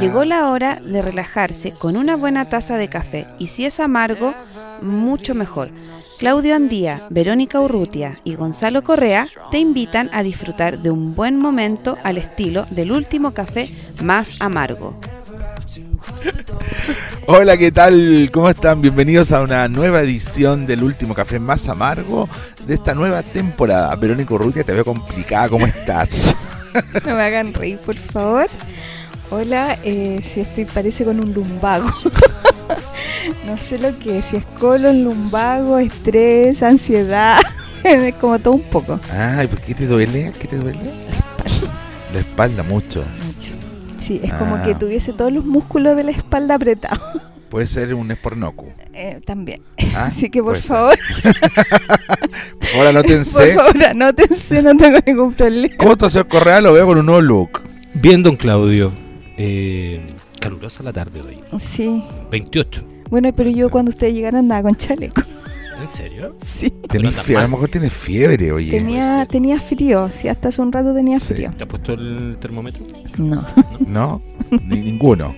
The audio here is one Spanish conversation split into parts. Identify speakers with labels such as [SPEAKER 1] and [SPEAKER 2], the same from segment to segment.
[SPEAKER 1] Llegó la hora de relajarse con una buena taza de café y si es amargo, mucho mejor. Claudio Andía, Verónica Urrutia y Gonzalo Correa te invitan a disfrutar de un buen momento al estilo del último café más amargo.
[SPEAKER 2] Hola, ¿qué tal? ¿Cómo están? Bienvenidos a una nueva edición del último café más amargo de esta nueva temporada. Verónica Urrutia, te veo complicada, ¿cómo estás?
[SPEAKER 3] No me hagan reír, por favor. Hola, eh, si estoy parece con un lumbago. no sé lo que es, si es colon, lumbago, estrés, ansiedad, como todo un poco.
[SPEAKER 2] Ay, ¿por qué te duele? ¿Qué te duele?
[SPEAKER 3] La espalda.
[SPEAKER 2] La espalda mucho.
[SPEAKER 3] Mucho. Sí, es como
[SPEAKER 2] Ah.
[SPEAKER 3] que tuviese todos los músculos de la espalda apretados.
[SPEAKER 2] Puede ser un espornocu.
[SPEAKER 3] Eh, también.
[SPEAKER 2] Ah,
[SPEAKER 3] Así que por
[SPEAKER 2] puede ser.
[SPEAKER 3] favor,
[SPEAKER 2] Por favor,
[SPEAKER 3] por
[SPEAKER 2] anótense.
[SPEAKER 3] favor, anótense, no tengo ningún problema.
[SPEAKER 2] Costa señor Correa lo veo con un nuevo look.
[SPEAKER 4] Bien, don Claudio. Eh, calurosa la tarde hoy.
[SPEAKER 3] Sí.
[SPEAKER 4] 28.
[SPEAKER 3] Bueno, pero yo cuando ustedes llegaron andaba con chaleco.
[SPEAKER 4] ¿En serio?
[SPEAKER 3] Sí.
[SPEAKER 2] Tenés
[SPEAKER 4] andas
[SPEAKER 2] fiebre, a lo
[SPEAKER 4] mal.
[SPEAKER 2] mejor tienes fiebre, oye.
[SPEAKER 3] Tenía,
[SPEAKER 4] ser.
[SPEAKER 3] tenía frío, sí, hasta hace un rato tenía
[SPEAKER 2] Sí.
[SPEAKER 3] frío.
[SPEAKER 4] ¿Te ha puesto el termómetro?
[SPEAKER 3] No.
[SPEAKER 2] ¿No? Ni ninguno.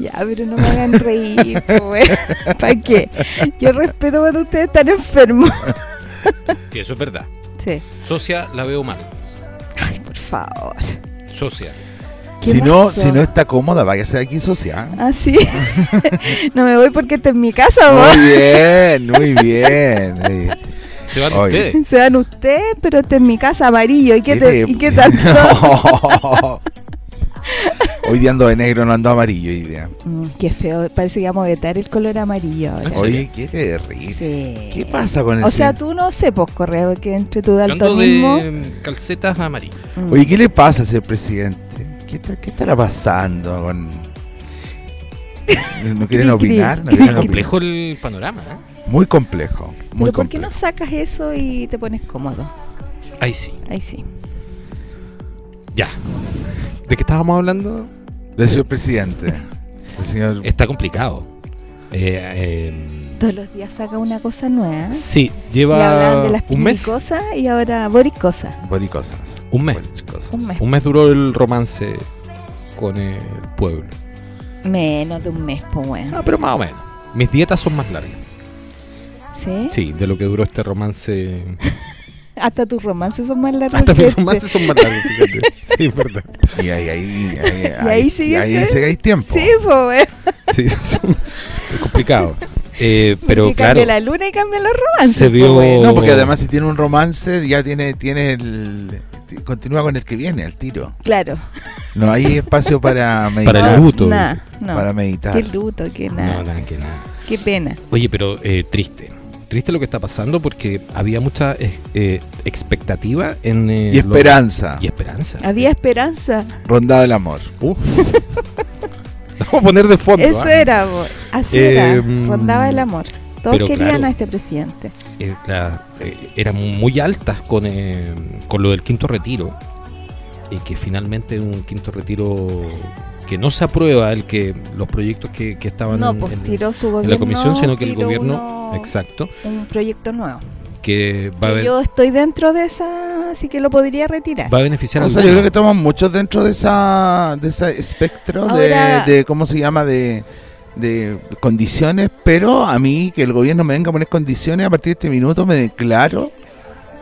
[SPEAKER 3] Ya, pero no me hagan reír, pues, ¿Para qué? Yo respeto cuando ustedes están enfermos.
[SPEAKER 4] Sí, eso es verdad.
[SPEAKER 3] Sí.
[SPEAKER 4] Socia la veo mal.
[SPEAKER 3] Ay, por favor.
[SPEAKER 4] Socia.
[SPEAKER 3] ¿Qué
[SPEAKER 2] Si no,
[SPEAKER 3] pasó?
[SPEAKER 2] si no está cómoda, váyase de aquí social.
[SPEAKER 3] Ah, sí. no me voy porque esta es mi casa, ¿vos?
[SPEAKER 2] Muy bien, muy bien. eh.
[SPEAKER 4] Se van
[SPEAKER 2] Oye.
[SPEAKER 4] ustedes.
[SPEAKER 3] Se dan ustedes, pero esta es mi casa, amarillo. ¿Y qué, te,
[SPEAKER 2] Dile-
[SPEAKER 3] ¿y qué tanto?
[SPEAKER 2] pues, No. Hoy día ando de negro, no ando amarillo hoy día.
[SPEAKER 3] Mm, qué feo. Parece que vamos a vetar el color amarillo ahora.
[SPEAKER 4] serio?
[SPEAKER 2] Oye, qué terrible.
[SPEAKER 3] Sí.
[SPEAKER 2] ¿Qué pasa con
[SPEAKER 3] O
[SPEAKER 2] eso?
[SPEAKER 3] sea, tú no sé, pues, Correa, porque entre tu
[SPEAKER 4] Yo ando
[SPEAKER 3] daltonismo...
[SPEAKER 4] de mm, calcetas amarillas.
[SPEAKER 3] Mm.
[SPEAKER 2] Oye, ¿qué le pasa a ese presidente? ¿Qué, está- qué estará pasando con... ¿No quieren
[SPEAKER 3] Cri,
[SPEAKER 2] opinar? ¿No quieren
[SPEAKER 3] cri, cri.
[SPEAKER 2] opinar?
[SPEAKER 4] Complejo el panorama. ¿eh?
[SPEAKER 2] Muy complejo, muy
[SPEAKER 3] Pero ¿por qué no
[SPEAKER 2] complejo.
[SPEAKER 3] sacas eso y te pones cómodo?
[SPEAKER 4] Ahí sí.
[SPEAKER 3] Ahí sí.
[SPEAKER 4] Ya. ¿De qué estábamos hablando?
[SPEAKER 2] Del señor presidente. El señor...
[SPEAKER 4] Está complicado. Eh, eh,
[SPEAKER 3] Todos los días saca una cosa nueva.
[SPEAKER 4] sí,
[SPEAKER 3] Y hablan de
[SPEAKER 4] lleva
[SPEAKER 3] las
[SPEAKER 4] un mes.
[SPEAKER 3] cosas y ahora Boris Cosas.
[SPEAKER 2] Boris Cosas.
[SPEAKER 4] Un mes.
[SPEAKER 2] Boris Cosas.
[SPEAKER 3] Un mes.
[SPEAKER 4] Un mes duró el romance con el pueblo.
[SPEAKER 3] Menos de un mes, pues bueno.
[SPEAKER 4] Ah, pero más o menos. Mis dietas son más largas.
[SPEAKER 3] ¿Sí?
[SPEAKER 4] Sí, de lo que duró este romance.
[SPEAKER 3] Hasta tus romances son más largos.
[SPEAKER 4] Hasta
[SPEAKER 3] que
[SPEAKER 4] mis
[SPEAKER 3] este.
[SPEAKER 4] romances son más largos, fíjate. Sí, es verdad.
[SPEAKER 2] Y ahí, ahí, ahí,
[SPEAKER 3] Y ahí sigue
[SPEAKER 2] ahí
[SPEAKER 3] usted.
[SPEAKER 2] dice que hay tiempo.
[SPEAKER 3] Sí, pues bueno.
[SPEAKER 4] Sí, son- es complicado. Eh, pero
[SPEAKER 3] Que
[SPEAKER 4] claro,
[SPEAKER 3] Cambia la luna y cambia los romances.
[SPEAKER 4] Se
[SPEAKER 3] po,
[SPEAKER 4] vio-
[SPEAKER 3] weón.
[SPEAKER 2] No, porque además si tiene un romance, ya tiene, tiene el... ti- Continúa con el que viene, el tiro.
[SPEAKER 3] Claro.
[SPEAKER 2] No hay espacio para meditar.
[SPEAKER 4] Para el luto,
[SPEAKER 3] Nah, no.
[SPEAKER 2] Para meditar.
[SPEAKER 3] Qué luto, qué nada.
[SPEAKER 4] no, nada, que nada.
[SPEAKER 3] Qué pena.
[SPEAKER 4] Oye, pero eh, triste. Triste lo que está pasando porque había mucha eh, eh, expectativa en. eh,
[SPEAKER 2] Y
[SPEAKER 4] lo-
[SPEAKER 2] esperanza.
[SPEAKER 4] Y esperanza.
[SPEAKER 3] Había esperanza.
[SPEAKER 2] Rondado el amor.
[SPEAKER 4] Uf. La Vamos a poner de fondo.
[SPEAKER 3] Eso
[SPEAKER 4] ¿ah?
[SPEAKER 3] era, po. Así
[SPEAKER 4] Eh,
[SPEAKER 3] era.
[SPEAKER 4] mm,
[SPEAKER 3] Rondaba el amor. Todos
[SPEAKER 4] pero
[SPEAKER 3] querían
[SPEAKER 4] claro.
[SPEAKER 3] a este presidente.
[SPEAKER 4] eh, la- eh, eran muy altas con, eh, con lo del quinto retiro y que finalmente un quinto retiro que no se aprueba el que los proyectos que, que estaban
[SPEAKER 3] No,
[SPEAKER 4] en,
[SPEAKER 3] pues
[SPEAKER 4] en-
[SPEAKER 3] tiró su
[SPEAKER 4] en
[SPEAKER 3] gobierno.
[SPEAKER 4] la comisión sino que el
[SPEAKER 3] tiró
[SPEAKER 4] gobierno
[SPEAKER 3] uno-
[SPEAKER 4] exacto
[SPEAKER 3] Un proyecto nuevo.
[SPEAKER 4] que va a,
[SPEAKER 3] Que
[SPEAKER 4] ben-
[SPEAKER 3] Yo estoy dentro de esa, así que lo podría retirar.
[SPEAKER 4] va a beneficiar
[SPEAKER 2] O
[SPEAKER 4] a
[SPEAKER 2] sea, yo creo que estamos muchos dentro de esa de ese espectro de-
[SPEAKER 3] Ahora-
[SPEAKER 2] de, cómo se llama de, de condiciones, pero a mí que el gobierno me venga a poner condiciones a partir de este minuto me declaro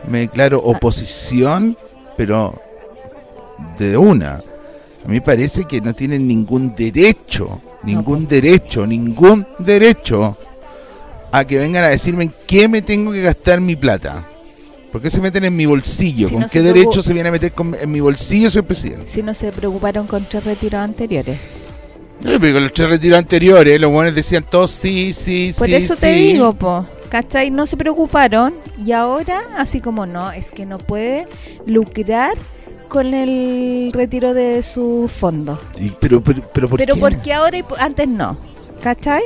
[SPEAKER 2] me declaro
[SPEAKER 3] Ah.
[SPEAKER 2] oposición, pero de una. A mí parece que no tienen ningún derecho, ningún
[SPEAKER 3] pues.
[SPEAKER 2] derecho, ningún derecho a que vengan a decirme en qué me tengo que gastar mi plata. ¿Por qué se meten en mi bolsillo?
[SPEAKER 3] Si
[SPEAKER 2] ¿Con
[SPEAKER 3] no
[SPEAKER 2] qué
[SPEAKER 3] se
[SPEAKER 2] derecho
[SPEAKER 3] preocup-
[SPEAKER 2] se viene a meter con- en mi bolsillo soy presidente?
[SPEAKER 3] Si no se preocuparon con tres retiros anteriores.
[SPEAKER 2] Eh, pero con los tres retiros anteriores, los buenos decían todos sí, sí,
[SPEAKER 3] Por
[SPEAKER 2] sí.
[SPEAKER 3] eso te
[SPEAKER 2] sí.
[SPEAKER 3] digo, po. ¿Cachai? No se preocuparon y ahora, así como no, es que no puede lucrar con el retiro de su fondo.
[SPEAKER 2] Y- pero, pero, pero ¿por
[SPEAKER 3] Pero
[SPEAKER 2] qué?
[SPEAKER 3] porque ahora y po- antes no. ¿Cachai?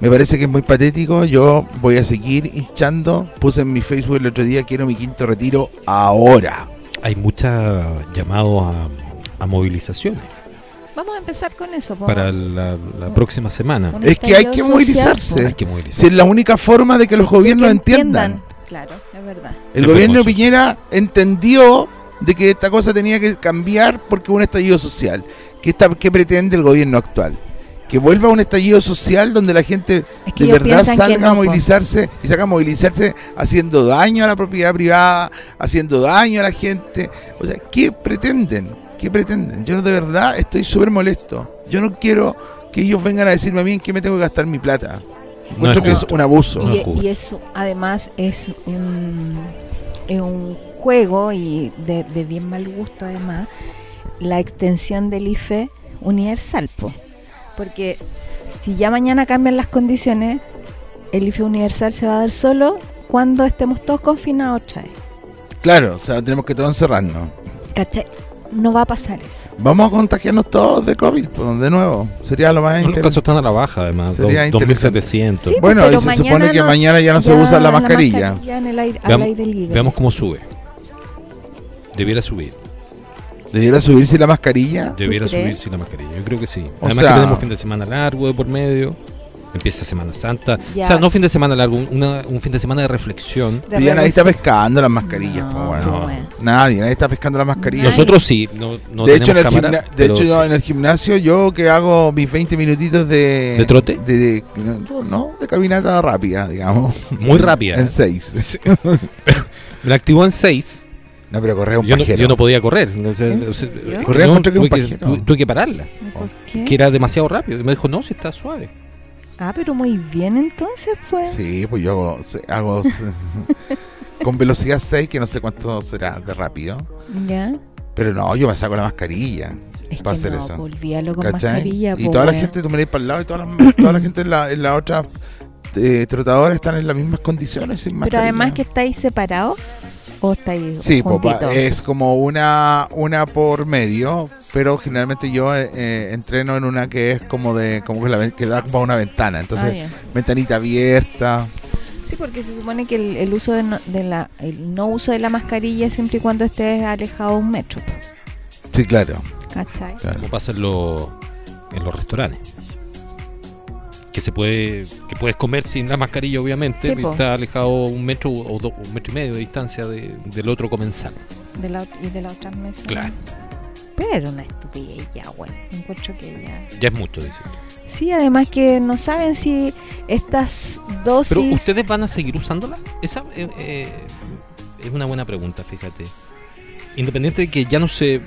[SPEAKER 2] Me parece que es muy patético. Yo voy a seguir hinchando. Puse en mi Facebook el otro día, quiero mi quinto retiro ahora.
[SPEAKER 4] hay muchos llamados a, a movilizaciones
[SPEAKER 3] Vamos a empezar con eso, po.
[SPEAKER 4] para la, la próxima semana
[SPEAKER 3] Un
[SPEAKER 2] Es que hay que
[SPEAKER 3] estallido
[SPEAKER 2] movilizarse.
[SPEAKER 3] social,
[SPEAKER 4] hay que
[SPEAKER 2] Si
[SPEAKER 4] movilizar
[SPEAKER 2] es la única forma de que los
[SPEAKER 3] po. Que
[SPEAKER 2] gobiernos entiendan.
[SPEAKER 3] Claro, es verdad.
[SPEAKER 2] El
[SPEAKER 4] Es
[SPEAKER 2] gobierno de
[SPEAKER 4] vergonzoso.
[SPEAKER 2] Piñera entendió de que esta cosa tenía que cambiar porque hubo un estallido social. ¿Qué, está, qué pretende el gobierno actual? Que vuelva un estallido social donde la gente
[SPEAKER 3] Es que
[SPEAKER 2] de
[SPEAKER 3] ellos
[SPEAKER 2] verdad
[SPEAKER 3] piensan que
[SPEAKER 2] salga a
[SPEAKER 3] no, po.
[SPEAKER 2] movilizarse y salga a movilizarse haciendo daño a la propiedad privada, haciendo daño a la gente. O sea, ¿qué pretenden? ¿Qué pretenden? Yo de verdad estoy súper molesto. Yo no quiero que ellos vengan a decirme a mí en qué me tengo que gastar mi plata.
[SPEAKER 4] No es
[SPEAKER 2] Encuentro que es
[SPEAKER 4] justo.
[SPEAKER 2] un abuso.
[SPEAKER 4] No
[SPEAKER 3] Y,
[SPEAKER 4] es justo.
[SPEAKER 3] y eso además es un, es un juego y de, de bien mal gusto además la extensión del IFE universal. po. Porque si ya mañana cambian las condiciones, el IFE universal se va a dar solo cuando estemos todos confinados otra vez.
[SPEAKER 2] Claro, o sea, tenemos que todos encerrarnos.
[SPEAKER 3] ¿Cachai? No va a pasar eso.
[SPEAKER 2] Vamos a contagiarnos todos de COVID, pues, de nuevo. Sería lo más
[SPEAKER 4] Bueno, los
[SPEAKER 2] inter-
[SPEAKER 4] casos están a la baja, además. dos-
[SPEAKER 2] Sería interesante.
[SPEAKER 4] 2.700.
[SPEAKER 3] Sí, pues,
[SPEAKER 2] Bueno,
[SPEAKER 3] pero
[SPEAKER 2] y se
[SPEAKER 3] mañana
[SPEAKER 2] supone que
[SPEAKER 3] no-
[SPEAKER 2] mañana ya no se usa la mascarilla.
[SPEAKER 3] en el aire, al
[SPEAKER 4] Veamos-
[SPEAKER 3] aire libre.
[SPEAKER 4] Veamos cómo sube. Debiera subir.
[SPEAKER 2] ¿Debiera subirse la mascarilla?
[SPEAKER 4] Debiera
[SPEAKER 3] crees?
[SPEAKER 4] subir sin la mascarilla. Yo creo que sí.
[SPEAKER 2] O
[SPEAKER 4] Además
[SPEAKER 2] sea-
[SPEAKER 4] que tenemos fin de semana largo de por medio. Empieza Semana Santa.
[SPEAKER 3] Ya.
[SPEAKER 4] O sea, no fin de semana largo, un- una- un fin de semana de reflexión.
[SPEAKER 3] De
[SPEAKER 2] Pero ya nadie está
[SPEAKER 3] regreso. Ah,
[SPEAKER 2] pescando las mascarillas,
[SPEAKER 3] No,
[SPEAKER 2] pues, bueno.
[SPEAKER 4] no.
[SPEAKER 3] bueno.
[SPEAKER 2] Nadie, nadie está pescando las mascarillas.
[SPEAKER 3] Nadie.
[SPEAKER 4] Nosotros sí, no, no
[SPEAKER 2] de
[SPEAKER 4] tenemos
[SPEAKER 2] hecho, en el,
[SPEAKER 4] cámara,
[SPEAKER 2] gimna- de
[SPEAKER 4] pero
[SPEAKER 2] hecho yo
[SPEAKER 4] sí.
[SPEAKER 2] en el gimnasio, yo que hago mis 20 minutitos de...
[SPEAKER 4] ¿De trote?
[SPEAKER 2] De, de- no, no, de caminata rápida, digamos.
[SPEAKER 4] muy rápida.
[SPEAKER 2] En 6.
[SPEAKER 4] Me la activó en 6.
[SPEAKER 2] No, pero correr un
[SPEAKER 4] Yo no,
[SPEAKER 2] pajero.
[SPEAKER 4] yo no podía correr. No sé,
[SPEAKER 3] ¿En
[SPEAKER 4] o sea,
[SPEAKER 3] serio?
[SPEAKER 4] no,
[SPEAKER 2] Corría contra que un
[SPEAKER 4] tuve que-
[SPEAKER 2] pajero.
[SPEAKER 4] tu- tuve que pararla.
[SPEAKER 3] ¿Por qué?
[SPEAKER 4] Que era demasiado rápido. Y me dijo, no, si está suave.
[SPEAKER 3] Ah, pero muy bien entonces, pues.
[SPEAKER 2] Sí, pues yo hago, se- hago se- con velocidad 6, que no sé cuánto será de rápido.
[SPEAKER 3] Ya.
[SPEAKER 2] Pero no, yo me saco la mascarilla
[SPEAKER 3] Es
[SPEAKER 2] para
[SPEAKER 3] que
[SPEAKER 2] hacer
[SPEAKER 3] no,
[SPEAKER 2] eso.
[SPEAKER 3] po, olvídalo con
[SPEAKER 2] ¿Cachai?
[SPEAKER 3] mascarilla,
[SPEAKER 2] y
[SPEAKER 3] po,
[SPEAKER 2] toda la
[SPEAKER 3] weón.
[SPEAKER 2] gente, tú miráis para el lado y toda la, toda la gente en la, en la otra eh, trotadora están en las mismas condiciones sin
[SPEAKER 3] Pero
[SPEAKER 2] mascarilla.
[SPEAKER 3] además que estáis separados o estáis
[SPEAKER 2] Sí, po,
[SPEAKER 3] juntitos.
[SPEAKER 2] pa- es como una, una por medio, pero generalmente yo eh, eh, entreno en una que es como de como que, la, ven- que da para una ventana, entonces
[SPEAKER 3] Ah, ya.
[SPEAKER 2] ventanita abierta.
[SPEAKER 3] Sí, porque se supone que el, el uso de, no, de la el no uso de la mascarilla siempre y cuando estés alejado un metro, po,
[SPEAKER 2] Sí, claro.
[SPEAKER 3] ¿cachai?
[SPEAKER 2] claro.
[SPEAKER 4] Como pasa en, los- en los restaurantes. Que se puede que puedes comer sin la mascarilla, obviamente.
[SPEAKER 3] Sí,
[SPEAKER 4] y
[SPEAKER 3] po.
[SPEAKER 4] está alejado un metro o do- un metro y medio de distancia de- del otro comensal.
[SPEAKER 3] De la, ot- y de la otra mesa.
[SPEAKER 4] Claro.
[SPEAKER 3] Pero una estupidez ya, güey. Encuentro que ya.
[SPEAKER 4] Ya es mucho decir.
[SPEAKER 3] Sí, además que no saben si estas dosis.
[SPEAKER 4] Pero ustedes van a seguir usándola? Esa eh, eh, es una buena pregunta, fíjate. Independiente de que ya no se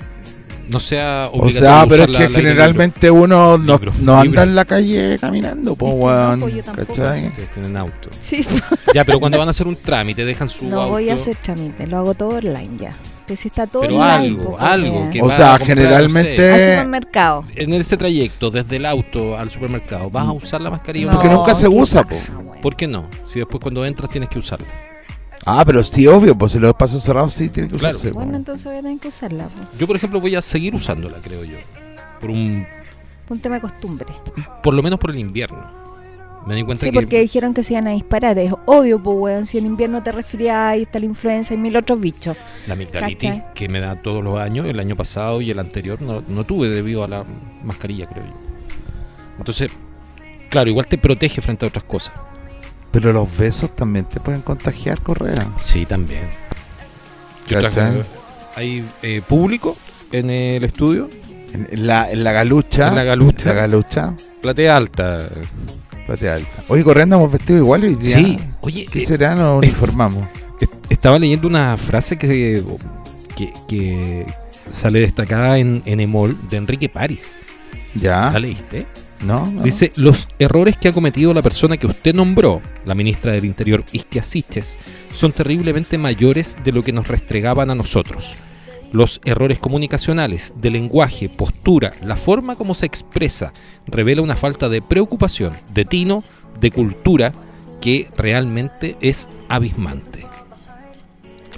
[SPEAKER 4] no sea
[SPEAKER 2] O
[SPEAKER 4] obligatorio
[SPEAKER 2] sea, pero es
[SPEAKER 4] usarla
[SPEAKER 2] que
[SPEAKER 4] al aire libre.
[SPEAKER 2] generalmente uno no,
[SPEAKER 4] Libro,
[SPEAKER 2] no anda
[SPEAKER 4] libro.
[SPEAKER 2] en la calle caminando, po,
[SPEAKER 3] Es que no,
[SPEAKER 2] weón,
[SPEAKER 3] po, yo tampoco.
[SPEAKER 2] ¿cachai?
[SPEAKER 4] Ustedes tienen auto.
[SPEAKER 3] Sí,
[SPEAKER 4] Ya, pero cuando van a hacer un trámite, dejan su
[SPEAKER 3] No
[SPEAKER 4] auto.
[SPEAKER 3] voy a hacer trámite, lo hago todo online ya. Pero si está todo
[SPEAKER 4] Pero
[SPEAKER 3] online,
[SPEAKER 4] algo,
[SPEAKER 3] po,
[SPEAKER 4] algo
[SPEAKER 3] weón.
[SPEAKER 4] que-
[SPEAKER 2] O
[SPEAKER 4] va
[SPEAKER 2] sea,
[SPEAKER 4] a comprar,
[SPEAKER 2] generalmente...
[SPEAKER 4] no
[SPEAKER 3] Al supermercado.
[SPEAKER 4] En ese trayecto, desde el auto al supermercado, ¿vas
[SPEAKER 3] Mm.
[SPEAKER 4] a usar la mascarilla? o
[SPEAKER 2] Porque
[SPEAKER 4] no?
[SPEAKER 2] nunca se
[SPEAKER 3] qué
[SPEAKER 2] usa,
[SPEAKER 3] paja, weón.
[SPEAKER 4] ¿Por qué no? Si después cuando entras tienes que usarla.
[SPEAKER 2] Ah, pero sí, obvio, pues si los espacios cerrados sí tiene que
[SPEAKER 4] Claro.
[SPEAKER 2] usarse. pues.
[SPEAKER 3] Bueno,
[SPEAKER 2] po.
[SPEAKER 3] entonces voy a tener que usarla. po.
[SPEAKER 4] Yo, por ejemplo, voy a seguir usándola, creo yo. Por un
[SPEAKER 3] Un tema de costumbre.
[SPEAKER 4] por lo menos por el invierno. Me di cuenta
[SPEAKER 3] Sí,
[SPEAKER 4] que
[SPEAKER 3] porque dijeron que se iban a disparar. Es obvio, pues, weón. Si en invierno te resfriás y está la influenza y mil otros bichos.
[SPEAKER 4] la amigdalitis
[SPEAKER 3] ¿Cachai?
[SPEAKER 4] que me da todos los años, el año pasado y el anterior, no, no tuve debido a la mascarilla, creo yo. Entonces, claro, igual te protege frente a otras cosas.
[SPEAKER 2] Pero los besos también te pueden contagiar, Correa.
[SPEAKER 4] Sí, también. Yo
[SPEAKER 2] ¿Cachai?
[SPEAKER 4] traje- hay eh, público en el estudio,
[SPEAKER 2] En en la, en la galucha.
[SPEAKER 4] En la galucha.
[SPEAKER 2] La galucha.
[SPEAKER 4] platea alta.
[SPEAKER 2] Platea alta. Oye, Correa andamos vestidos igual hoy día.
[SPEAKER 4] Sí, oye,
[SPEAKER 2] ¿Qué
[SPEAKER 4] eh,
[SPEAKER 2] será? Nos uniformamos.
[SPEAKER 4] Est- Estaba leyendo una frase que, que, que sale destacada en, en Emol de Enrique París.
[SPEAKER 2] ¿Ya?
[SPEAKER 4] ¿La leíste?
[SPEAKER 2] ¿No? no.
[SPEAKER 4] Dice, los errores que ha cometido la persona que usted nombró, la ministra del Interior Isquia Siches, son terriblemente mayores de lo que nos restregaban a nosotros. Los errores comunicacionales, de lenguaje, postura, la forma como se expresa, revela una falta de preocupación, de tino, de cultura, que realmente es abismante.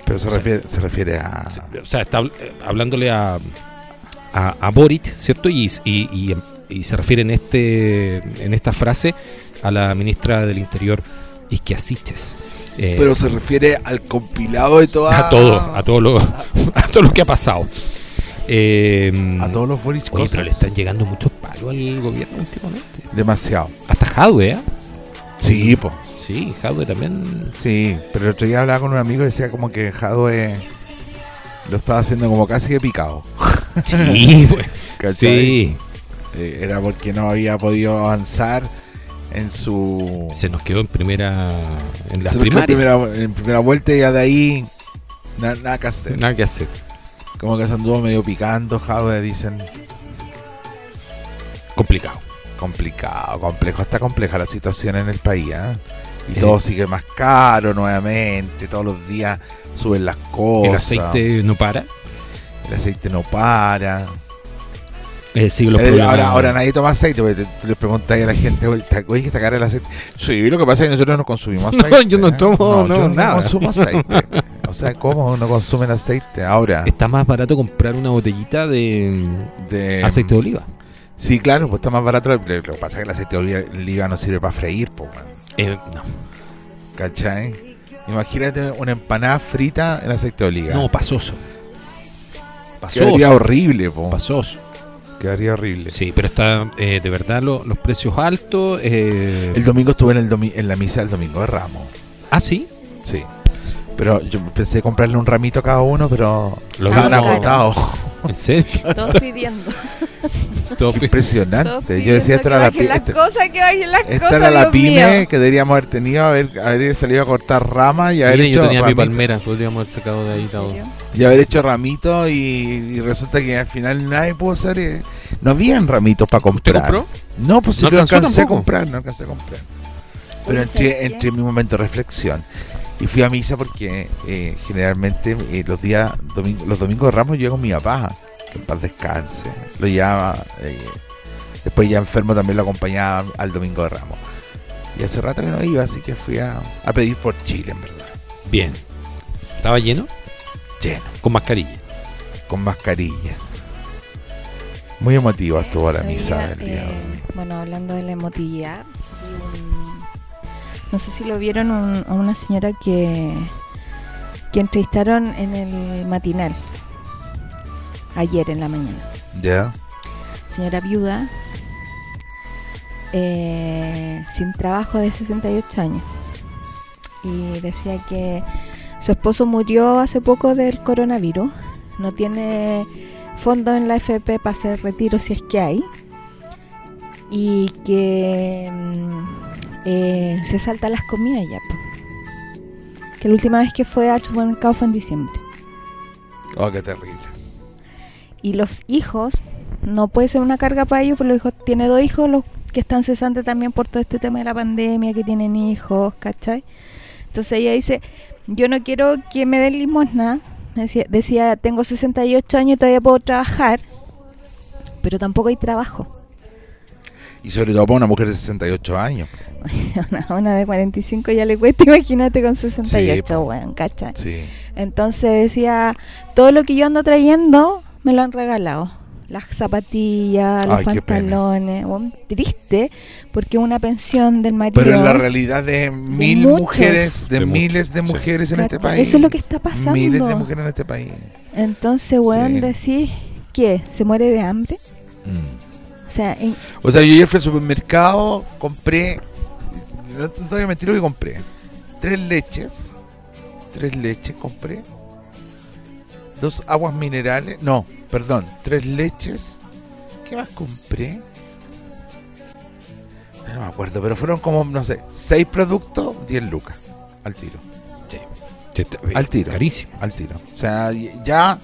[SPEAKER 2] Pero se
[SPEAKER 4] o sea,
[SPEAKER 2] refiere, se refiere a.
[SPEAKER 4] Sí, o sea, está habl- eh, hablándole a, a, a Boric, ¿cierto? Y, y- y- y se refiere en, este, en esta frase a la ministra del Interior, Isquia Siches. Eh,
[SPEAKER 2] Pero se refiere al compilado de todas.
[SPEAKER 4] a todo, a todo lo, a todo lo que ha pasado. Eh,
[SPEAKER 2] a todos los Boris
[SPEAKER 4] oye, pero
[SPEAKER 2] cosas.
[SPEAKER 4] le están llegando muchos palos al gobierno últimamente.
[SPEAKER 2] Demasiado.
[SPEAKER 4] Hasta Jadwe, ¿eh?
[SPEAKER 2] Sí, po.
[SPEAKER 4] Sí, Jadwe también.
[SPEAKER 2] Sí. Pero el otro día hablaba con un amigo y decía como que Jadwe Lo estaba haciendo como casi que picado.
[SPEAKER 4] Sí, pues,
[SPEAKER 2] ¿cachai?
[SPEAKER 4] sí.
[SPEAKER 2] Eh, Era porque no había podido avanzar en su.
[SPEAKER 4] Se nos quedó en primera. En las
[SPEAKER 2] se nos quedó en
[SPEAKER 4] primarias.
[SPEAKER 2] primera, en primera vuelta y ya de ahí. na- Nada que hacer.
[SPEAKER 4] Nada que hacer.
[SPEAKER 2] Como que se anduvo medio picando, Jade, dicen.
[SPEAKER 4] Complicado.
[SPEAKER 2] Complicado, complejo. Está compleja la situación en el país, ¿ah? Y
[SPEAKER 4] Eh.
[SPEAKER 2] todo sigue más caro nuevamente. Todos los días suben las cosas.
[SPEAKER 4] El aceite no para.
[SPEAKER 2] El aceite no para.
[SPEAKER 4] Eh, sí, los
[SPEAKER 2] Eh,
[SPEAKER 4] problemas-
[SPEAKER 2] ahora, ahora nadie toma aceite, porque te- te le preguntáis a la gente, oye, ¿te- oye, está cara el aceite. Sí, lo que pasa es que nosotros no consumimos
[SPEAKER 4] No,
[SPEAKER 2] aceite.
[SPEAKER 4] yo no
[SPEAKER 2] ¿eh?
[SPEAKER 4] tomo, no,
[SPEAKER 2] yo
[SPEAKER 4] nada.
[SPEAKER 2] no consumo aceite. O sea, ¿cómo no consumen aceite ahora?
[SPEAKER 4] Está más barato comprar una botellita de mm,
[SPEAKER 2] De-
[SPEAKER 4] aceite de oliva.
[SPEAKER 2] Sí, claro, pues está más barato. Lo lo que pasa es que el aceite de oliva- oliva no sirve para freír, po, weón.
[SPEAKER 4] Eh, no,
[SPEAKER 2] ¿cachai? Imagínate una empanada frita en aceite de oliva.
[SPEAKER 4] no, pasoso.
[SPEAKER 2] Quedaría
[SPEAKER 4] Pasoso.
[SPEAKER 2] horrible, po.
[SPEAKER 4] Pasoso.
[SPEAKER 2] Quedaría horrible.
[SPEAKER 4] Sí, pero está eh, de verdad lo- los precios altos. eh,
[SPEAKER 2] El domingo estuve en, el domi- en la misa del domingo de Ramos.
[SPEAKER 4] ah, sí.
[SPEAKER 2] Sí. Pero yo pensé comprarle un ramito a cada uno, pero
[SPEAKER 4] Lo
[SPEAKER 2] lo
[SPEAKER 4] vi
[SPEAKER 2] han
[SPEAKER 4] como-
[SPEAKER 2] agotado.
[SPEAKER 4] En serio.
[SPEAKER 3] Todos pidiendo.
[SPEAKER 2] Qué
[SPEAKER 4] Todo pi-
[SPEAKER 3] todos
[SPEAKER 2] Impresionante. Yo
[SPEAKER 3] pidiendo
[SPEAKER 2] decía, esta
[SPEAKER 3] que
[SPEAKER 2] era la,
[SPEAKER 3] bajen
[SPEAKER 2] pi-
[SPEAKER 3] las
[SPEAKER 2] esta-
[SPEAKER 3] cosas, que bajen las
[SPEAKER 2] esta
[SPEAKER 3] cosas,
[SPEAKER 2] era la
[SPEAKER 3] Dios
[SPEAKER 2] pyme
[SPEAKER 3] mío.
[SPEAKER 2] que deberíamos haber tenido, haber, haber salido a cortar ramas y haber,
[SPEAKER 4] Mira,
[SPEAKER 2] hecho
[SPEAKER 4] yo tenía mi
[SPEAKER 2] ramito-
[SPEAKER 4] palmera, podríamos haber sacado de ahí todo.
[SPEAKER 2] y haber hecho ramitos y, y resulta que al final nadie pudo hacer. eh, No habían ramitos para
[SPEAKER 4] ¿Usted
[SPEAKER 2] comprar.
[SPEAKER 4] compró?
[SPEAKER 2] No, pues
[SPEAKER 4] ¿No
[SPEAKER 2] yo no
[SPEAKER 4] alcanzó
[SPEAKER 2] alcancé a
[SPEAKER 4] tampoco?
[SPEAKER 2] comprar, no alcancé a comprar. Pero
[SPEAKER 3] Oye, ¿sabes
[SPEAKER 2] entré,
[SPEAKER 3] qué?
[SPEAKER 2] entré en mi momento de reflexión y fui a misa porque eh, generalmente eh, los días domingo, los domingos de Ramos yo iba con mi papá, que en paz descanse. Lo llevaba, eh, después ya enfermo también lo acompañaba al domingo de Ramos. Y hace rato que no iba, así que fui a, a pedir por Chile, en verdad.
[SPEAKER 4] Bien. ¿Estaba lleno?
[SPEAKER 2] Lleno,
[SPEAKER 4] Con mascarilla.
[SPEAKER 2] con mascarilla. Muy emotiva estuvo la
[SPEAKER 3] Hoy
[SPEAKER 2] misa
[SPEAKER 3] día,
[SPEAKER 2] del día. de
[SPEAKER 3] eh,
[SPEAKER 2] hoy.
[SPEAKER 3] bueno, hablando de la emotividad, vi un- no sé si lo vieron un- a una señora que, que entrevistaron en el matinal, ayer en la mañana.
[SPEAKER 2] ¿Ya?
[SPEAKER 3] Señora viuda, eh, sin trabajo de 68 años. Y decía que su esposo murió hace poco del coronavirus. No tiene fondo en la FP para hacer retiro si es que hay. Y que mm, eh, se salta las comidas ya. po. Que la última vez que fue al supermercado fue en diciembre
[SPEAKER 2] Oh, qué terrible.
[SPEAKER 3] y los hijos no puede ser una carga para ellos, porque los hijos tiene dos hijos, los que están cesantes también por todo este tema de la pandemia, que tienen hijos, ¿cachai? Entonces ella dice, yo no quiero que me den limosna, decía, decía tengo 68 años y todavía puedo trabajar, pero tampoco hay trabajo.
[SPEAKER 2] Y sobre todo para una mujer de 68 años.
[SPEAKER 3] una, una de 45 ya le cuesta, imagínate con 68,
[SPEAKER 2] po.
[SPEAKER 3] weón, ¿cachai?
[SPEAKER 2] Sí.
[SPEAKER 3] Entonces decía, todo lo que yo ando trayendo me lo han regalado. Las zapatillas, los
[SPEAKER 2] Ay, qué pena.
[SPEAKER 3] pantalones. Bueno, triste, porque una pensión del marido.
[SPEAKER 2] Pero en la realidad de mil
[SPEAKER 3] muchos.
[SPEAKER 2] mujeres, de,
[SPEAKER 4] De mu-
[SPEAKER 2] miles de
[SPEAKER 4] sí.
[SPEAKER 2] mujeres en este
[SPEAKER 3] ¿Cachai?
[SPEAKER 2] país.
[SPEAKER 3] Eso es lo que está pasando.
[SPEAKER 2] Miles de mujeres en este país.
[SPEAKER 3] Entonces, weón,
[SPEAKER 2] Sí.
[SPEAKER 3] decís, ¿qué? ¿Se muere de hambre?
[SPEAKER 2] Mm.
[SPEAKER 3] O sea, en-
[SPEAKER 2] O sea, yo ayer fui al supermercado, compré, no te no te voy a mentir lo que compré. Tres leches, tres leches compré. Dos aguas minerales, no, perdón, tres leches. ¿Qué más compré? No me acuerdo, pero fueron como, no sé, seis productos, 10 lucas al tiro.
[SPEAKER 4] Sí, está- eh,
[SPEAKER 2] Al tiro.
[SPEAKER 4] Carísimo.
[SPEAKER 2] al tiro. O sea, y- ya.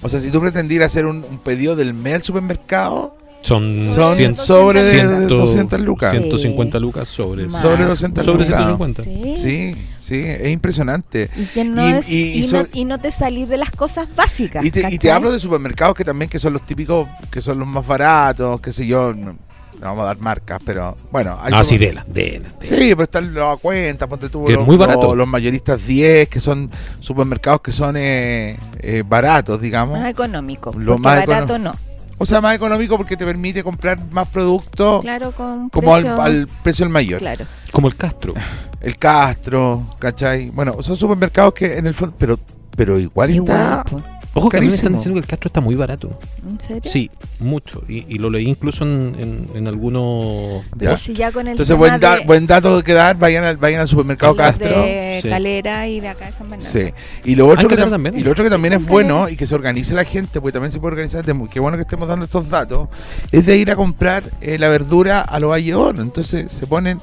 [SPEAKER 2] O sea, si tú pretendieras hacer un, un pedido del mes al supermercado,
[SPEAKER 4] Son,
[SPEAKER 2] son
[SPEAKER 4] cien-
[SPEAKER 2] sobre de- de
[SPEAKER 4] ciento-
[SPEAKER 2] 200 lucas.
[SPEAKER 3] Sí.
[SPEAKER 4] 150 lucas sobre.
[SPEAKER 3] Más.
[SPEAKER 2] Sobre 200
[SPEAKER 4] Sobre
[SPEAKER 2] lucas.
[SPEAKER 4] 150.
[SPEAKER 3] sí.
[SPEAKER 2] Sí, sí, es impresionante.
[SPEAKER 3] Y que no
[SPEAKER 2] Y-
[SPEAKER 3] es-
[SPEAKER 2] y-
[SPEAKER 3] y
[SPEAKER 2] y
[SPEAKER 3] no-
[SPEAKER 2] so-
[SPEAKER 3] y no te salís de las cosas básicas.
[SPEAKER 2] Y te, y te
[SPEAKER 3] ¿cachai?
[SPEAKER 2] hablo de supermercados que también que son los típicos, que son los más baratos, qué sé yo. No no vamos a dar marcas, pero bueno. hay
[SPEAKER 4] Ah, sí,
[SPEAKER 2] supermer-
[SPEAKER 4] dela, dela. dela.
[SPEAKER 2] Sí, pero están los a cuenta, ponte tú.
[SPEAKER 4] Que es
[SPEAKER 2] los,
[SPEAKER 4] muy barato.
[SPEAKER 2] los- los mayoristas 10, que son supermercados que son eh, eh, baratos, digamos.
[SPEAKER 3] Más económico.
[SPEAKER 2] Lo
[SPEAKER 3] porque
[SPEAKER 2] más
[SPEAKER 3] barato no.
[SPEAKER 2] O sea, más económico porque te permite comprar más productos
[SPEAKER 3] Claro, con
[SPEAKER 2] como al,
[SPEAKER 3] precio-
[SPEAKER 2] al precio el mayor.
[SPEAKER 3] Claro.
[SPEAKER 4] Como el Castro.
[SPEAKER 2] El Castro, ¿cachai? Bueno, son supermercados que en el fondo, pero pero igual,
[SPEAKER 3] Igual, pues,
[SPEAKER 2] está
[SPEAKER 3] po.
[SPEAKER 4] Ojo que a mí me están
[SPEAKER 2] Carísimo.
[SPEAKER 4] diciendo que el Castro está muy barato.
[SPEAKER 3] ¿En serio?
[SPEAKER 4] Sí, mucho. Y, y lo leí incluso en, en, en algunos
[SPEAKER 2] Ya.
[SPEAKER 4] posts.
[SPEAKER 3] Pues Si ya con el
[SPEAKER 2] Entonces,
[SPEAKER 3] tema
[SPEAKER 2] buen, da-
[SPEAKER 3] de-
[SPEAKER 2] buen dato que dar, vayan al, vayan al supermercado
[SPEAKER 3] los
[SPEAKER 2] Castro.
[SPEAKER 3] de
[SPEAKER 4] Sí.
[SPEAKER 3] Calera y de acá de San Bernardo.
[SPEAKER 2] Sí. Y lo, otro
[SPEAKER 4] que
[SPEAKER 2] que
[SPEAKER 4] tener
[SPEAKER 2] tam-
[SPEAKER 4] también.
[SPEAKER 2] y lo otro que también es
[SPEAKER 3] con
[SPEAKER 2] bueno
[SPEAKER 3] caleta.
[SPEAKER 2] y que se organice la gente, porque también se puede organizar, de- qué bueno que estemos dando estos datos, es de ir a comprar eh, la verdura a los Valle Oro. Entonces se ponen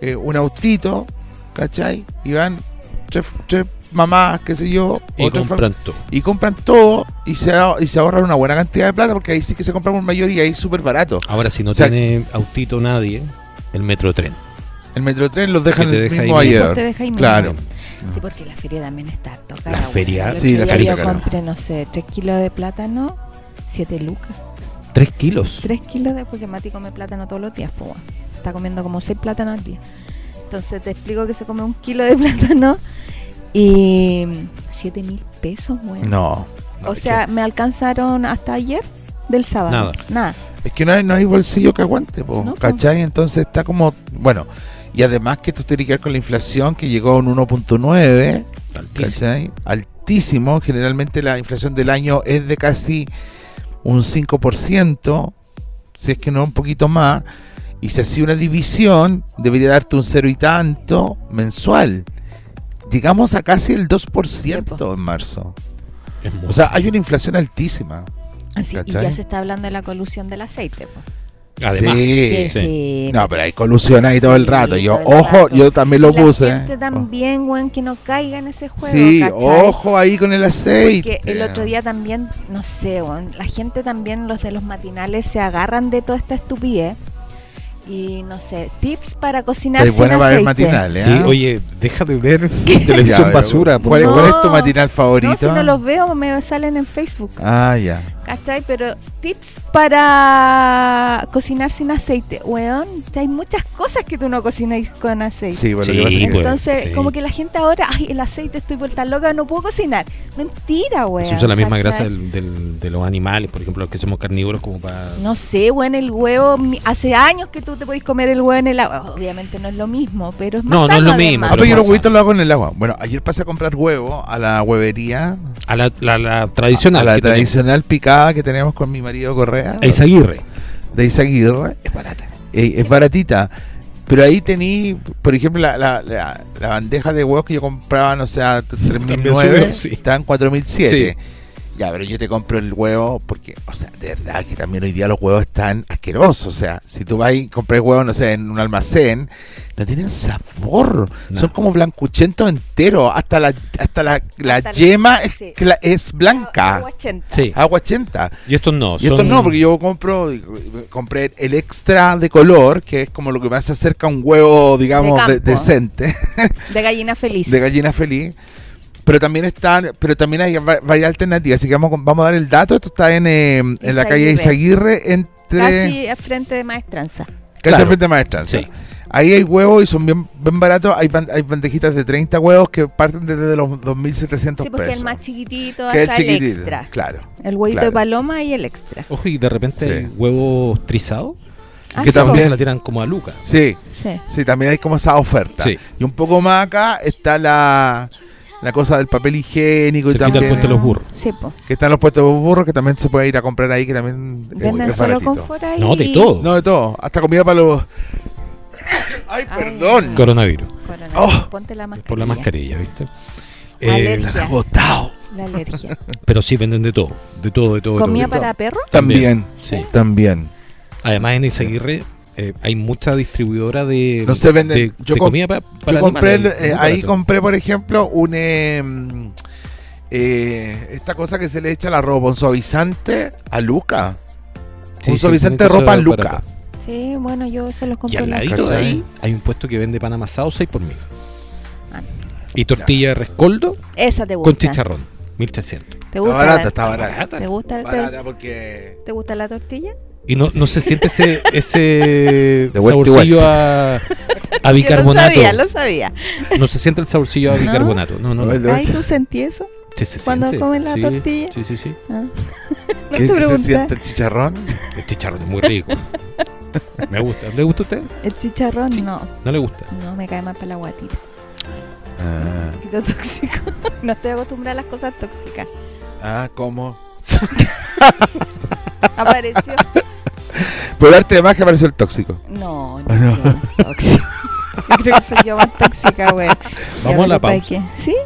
[SPEAKER 2] eh, un autito, ¿cachai? Y van tres, tres mamás, qué sé yo,
[SPEAKER 4] Y
[SPEAKER 2] o tres fam-
[SPEAKER 4] compran todo.
[SPEAKER 2] y compran todo y se, a- y se ahorran una buena cantidad de plata porque ahí sí que se compran por mayor y ahí es súper barato.
[SPEAKER 4] Ahora, si no
[SPEAKER 2] O sea-
[SPEAKER 4] tiene autito nadie, el metro tren.
[SPEAKER 2] El Metrotren los dejan en
[SPEAKER 4] te
[SPEAKER 2] el
[SPEAKER 4] deja ahí
[SPEAKER 2] mismo
[SPEAKER 4] mismo.
[SPEAKER 2] Valle
[SPEAKER 3] Después
[SPEAKER 2] Oro.
[SPEAKER 3] te deja ahí mismo.
[SPEAKER 2] Claro.
[SPEAKER 3] Sí, porque la feria también está tocada.
[SPEAKER 4] La feria-
[SPEAKER 2] sí, la feria
[SPEAKER 3] Yo
[SPEAKER 2] está cara.
[SPEAKER 3] compré, no sé, 3 kilos de plátano, 7 lucas.
[SPEAKER 4] Tres kilos.
[SPEAKER 3] 3 kilos de, porque Mati come plátano todos los días, pues bueno. Está comiendo como 6 plátanos al día. Entonces te explico que se come un kilo de plátano y 7 mil pesos, weón.
[SPEAKER 2] No.
[SPEAKER 4] No,
[SPEAKER 3] O
[SPEAKER 4] es
[SPEAKER 3] sea, me alcanzaron hasta ayer del sábado. Nada.
[SPEAKER 2] Es que no hay, no hay bolsillo que aguante, po,
[SPEAKER 3] No, po.
[SPEAKER 2] ¿cachai? Entonces está como, bueno, y además que esto tiene que ver con la inflación que llegó a un 1.9,
[SPEAKER 4] que altísimo.
[SPEAKER 2] ¿cachai? Altísimo, generalmente la inflación del año es de casi un 5%, si es que no un poquito más, y si hacía una división, debería darte un cero y tanto mensual. Llegamos a casi el 2% en marzo.
[SPEAKER 4] Es mucho.
[SPEAKER 2] O sea, hay una inflación altísima.
[SPEAKER 3] Así, y
[SPEAKER 2] ¿Cachai?
[SPEAKER 3] ya se está hablando de la colusión del aceite, pues.
[SPEAKER 4] Además,
[SPEAKER 2] Sí.
[SPEAKER 3] Que sí,
[SPEAKER 2] No, pero hay colusión ahí todo el
[SPEAKER 3] Sí,
[SPEAKER 2] rato. Yo,
[SPEAKER 3] todo el
[SPEAKER 2] ojo,
[SPEAKER 3] rato.
[SPEAKER 2] yo también lo
[SPEAKER 3] la
[SPEAKER 2] puse.
[SPEAKER 3] gente
[SPEAKER 2] ¿eh?
[SPEAKER 3] también, weón, que no caiga en ese juego.
[SPEAKER 2] sí,
[SPEAKER 3] ¿cachai?
[SPEAKER 2] ojo ahí con el aceite.
[SPEAKER 3] Porque el otro día también, no sé, weón, la gente también, los de los matinales, se agarran de toda esta estupidez. Y no sé, tips para cocinar
[SPEAKER 2] Estoy
[SPEAKER 3] sin
[SPEAKER 2] buena para ver
[SPEAKER 3] aceite.
[SPEAKER 2] matinales.
[SPEAKER 4] Sí,
[SPEAKER 2] ¿eh?
[SPEAKER 4] oye, deja de ver
[SPEAKER 2] Ya,
[SPEAKER 4] televisión
[SPEAKER 2] pero,
[SPEAKER 4] basura. pues. por
[SPEAKER 2] ¿Cuál, es-
[SPEAKER 4] favor.
[SPEAKER 2] cuál es
[SPEAKER 3] No.
[SPEAKER 2] tu matinal favorito?
[SPEAKER 3] No, si no los veo, me salen en Facebook.
[SPEAKER 2] Ah, ya.
[SPEAKER 3] ¿Cachai? Pero tips para cocinar sin aceite. Weón, hay muchas cosas que tú no cocináis con aceite.
[SPEAKER 2] Sí, bueno,
[SPEAKER 4] Sí,
[SPEAKER 2] lo que pasa es que-
[SPEAKER 4] pues.
[SPEAKER 3] Entonces,
[SPEAKER 4] sí.
[SPEAKER 3] como que la gente ahora, ay, el aceite, estoy vuelta loca, no puedo cocinar. Mentira, weón.
[SPEAKER 4] Se usa la misma
[SPEAKER 3] ¿cachai?
[SPEAKER 4] grasa del- del- de los animales, por ejemplo, los que somos carnívoros, como para.
[SPEAKER 3] No sé, weón, el huevo, mi- hace años que tú te podés comer el huevo en el agua. Obviamente no es lo mismo, pero es más
[SPEAKER 4] No, no
[SPEAKER 3] sano
[SPEAKER 4] es lo mismo,
[SPEAKER 2] Ah,
[SPEAKER 3] además.
[SPEAKER 2] pero yo los
[SPEAKER 4] pasa.
[SPEAKER 2] huevitos lo hago en el agua. Bueno, ayer pasé a comprar huevo a la huevería.
[SPEAKER 4] A la, la- la tradicional.
[SPEAKER 2] A la
[SPEAKER 4] que tenemos.
[SPEAKER 2] tradicional Ah, picada que teníamos con mi marido Correa.
[SPEAKER 4] A Izaguirre.
[SPEAKER 2] de Isaguirre. Es barata. es baratita. Pero ahí tení, por ejemplo, la, la, la- la bandeja de huevos que yo compraba, no sé, a t-
[SPEAKER 4] subió,
[SPEAKER 2] 3.009,
[SPEAKER 4] sí.
[SPEAKER 2] estaban 4.007. Ya, pero yo te compro el huevo porque, o sea, de verdad que también hoy día los huevos están asquerosos. O sea, si tú vas y compras huevos, no sé, en un almacén, no tienen sabor.
[SPEAKER 4] No.
[SPEAKER 2] Son como blancuchentos enteros. Hasta la, hasta la, la
[SPEAKER 3] Hasta la-
[SPEAKER 2] yema es,
[SPEAKER 3] sí.
[SPEAKER 2] cla- es blanca.
[SPEAKER 3] Agua 80.
[SPEAKER 4] Sí.
[SPEAKER 2] Aguachenta.
[SPEAKER 4] Y estos no.
[SPEAKER 2] Y esto
[SPEAKER 4] son-
[SPEAKER 2] no, porque yo compro, compré el extra de color, que es como lo que más se acerca a un huevo, digamos, de-
[SPEAKER 3] De campo.
[SPEAKER 2] decente,
[SPEAKER 3] De gallina feliz.
[SPEAKER 2] de gallina feliz. Pero también están, pero también hay va- varias alternativas, así que vamos, con- vamos a dar el dato. Esto está en, eh, en la calle Isaguirre, entre casi,
[SPEAKER 3] Casi a frente de maestranza.
[SPEAKER 4] Claro.
[SPEAKER 2] al frente de Maestranza.
[SPEAKER 4] Sí.
[SPEAKER 2] Ahí hay huevos y son bien, bien baratos. Hay, ban- hay bandejitas de 30 huevos que parten desde los 2.700
[SPEAKER 3] Sí, porque
[SPEAKER 2] pesos.
[SPEAKER 3] el más chiquitito
[SPEAKER 2] que es
[SPEAKER 3] hasta el,
[SPEAKER 2] chiquitito,
[SPEAKER 3] extra.
[SPEAKER 2] claro.
[SPEAKER 3] El huevito
[SPEAKER 2] Claro.
[SPEAKER 3] de paloma y el extra.
[SPEAKER 4] Ojo, y de repente
[SPEAKER 2] Sí.
[SPEAKER 4] hay huevos trizados.
[SPEAKER 3] Ah,
[SPEAKER 2] Que
[SPEAKER 3] sí,
[SPEAKER 2] también-
[SPEAKER 4] la tiran como a Lucas.
[SPEAKER 2] Sí,
[SPEAKER 3] po. Sí.
[SPEAKER 2] Sí, también hay como esa oferta.
[SPEAKER 4] Sí.
[SPEAKER 2] Y un poco más acá está la, la cosa del papel higiénico y
[SPEAKER 4] Cerquita al
[SPEAKER 2] también.
[SPEAKER 4] puente de los burros.
[SPEAKER 3] Sí, po.
[SPEAKER 2] Que están los puestos de los burros que también se puede ir a comprar ahí, que también eh,
[SPEAKER 3] Venden
[SPEAKER 2] es
[SPEAKER 3] solo
[SPEAKER 2] baratito.
[SPEAKER 3] confort ahí.
[SPEAKER 4] No, de todo.
[SPEAKER 2] No, de todo. Hasta comida para los. Ay,
[SPEAKER 3] Ay,
[SPEAKER 2] perdón.
[SPEAKER 3] no.
[SPEAKER 4] Coronavirus.
[SPEAKER 3] Coronavirus.
[SPEAKER 2] Oh.
[SPEAKER 3] Ponte la mascarilla.
[SPEAKER 4] Por la mascarilla, ¿viste? Eh,
[SPEAKER 3] La alergia.
[SPEAKER 2] Están agotados.
[SPEAKER 3] La alergia.
[SPEAKER 4] pero sí venden de todo. De todo, de todo. de todo,
[SPEAKER 3] ¿Comida
[SPEAKER 4] de todo.
[SPEAKER 3] para perro?
[SPEAKER 2] También.
[SPEAKER 4] Sí.
[SPEAKER 2] También.
[SPEAKER 4] Además, en Izaguirre eh, hay mucha distribuidora de,
[SPEAKER 2] No se venden-
[SPEAKER 4] de,
[SPEAKER 2] yo
[SPEAKER 4] de
[SPEAKER 2] com-
[SPEAKER 4] comida pa- para
[SPEAKER 2] Yo compré, el-
[SPEAKER 4] animales,
[SPEAKER 2] eh,
[SPEAKER 4] muy
[SPEAKER 2] ahí
[SPEAKER 4] barato.
[SPEAKER 2] compré, por ejemplo, un. eh, mm, eh, esta cosa que se le echa a la ropa, un suavizante a Luca.
[SPEAKER 4] Sí,
[SPEAKER 2] un
[SPEAKER 4] sí,
[SPEAKER 2] suavizante de
[SPEAKER 4] tienen
[SPEAKER 2] ropa a
[SPEAKER 4] cosas
[SPEAKER 2] Luca.
[SPEAKER 4] baratas.
[SPEAKER 3] Sí, bueno, yo se los
[SPEAKER 4] Y
[SPEAKER 3] compro.
[SPEAKER 4] al
[SPEAKER 3] en la-
[SPEAKER 4] ladito de
[SPEAKER 2] ¿Cachai?
[SPEAKER 4] ahí hay un puesto que vende pan amasado 6 por mil.
[SPEAKER 3] Ah.
[SPEAKER 4] Y tortilla de rescoldo
[SPEAKER 3] Esa te gusta.
[SPEAKER 4] con chicharrón. 1300.
[SPEAKER 3] ¿Te
[SPEAKER 2] Está
[SPEAKER 3] gusta
[SPEAKER 2] barata,
[SPEAKER 3] la-
[SPEAKER 2] está barata.
[SPEAKER 3] ¿Te gusta, te,
[SPEAKER 2] Barata porque.
[SPEAKER 3] te gusta la tortilla?
[SPEAKER 4] Y no, no se siente ese, ese
[SPEAKER 2] vuelta y
[SPEAKER 4] saborcillo a, a bicarbonato.
[SPEAKER 3] Lo sabía, lo sabía.
[SPEAKER 4] No se siente el saborcillo a
[SPEAKER 3] ¿No?
[SPEAKER 4] bicarbonato. No, no, no.
[SPEAKER 2] Bueno,
[SPEAKER 3] Ay, ¿tú sentí eso?
[SPEAKER 4] Sí, se
[SPEAKER 3] Cuando
[SPEAKER 4] siente.
[SPEAKER 3] comen la
[SPEAKER 4] Sí,
[SPEAKER 3] tortilla.
[SPEAKER 4] Sí, sí, sí.
[SPEAKER 3] Ah. No
[SPEAKER 2] ¿Qué,
[SPEAKER 3] te
[SPEAKER 2] qué se
[SPEAKER 3] pregunté.
[SPEAKER 2] siente el chicharrón?
[SPEAKER 4] El chicharrón Este es muy rico. Me gusta. ¿Le gusta a usted?
[SPEAKER 3] El chicharrón
[SPEAKER 4] Sí.
[SPEAKER 3] no,
[SPEAKER 4] No le gusta.
[SPEAKER 3] no me cae más para la guatita. Un
[SPEAKER 2] Ah,
[SPEAKER 3] poquito tóxico. no estoy acostumbrada a las cosas tóxicas.
[SPEAKER 2] Ah, ¿cómo?
[SPEAKER 3] Apareció.
[SPEAKER 2] Por arte de magia apareció el tóxico.
[SPEAKER 3] No, no,
[SPEAKER 2] Ah, no.
[SPEAKER 3] soy más tóxica. Yo creo que soy yo más tóxica, güey. Ya,
[SPEAKER 4] Vamos a la
[SPEAKER 3] pero ¿para
[SPEAKER 4] pausa.
[SPEAKER 3] qué? ¿Sí?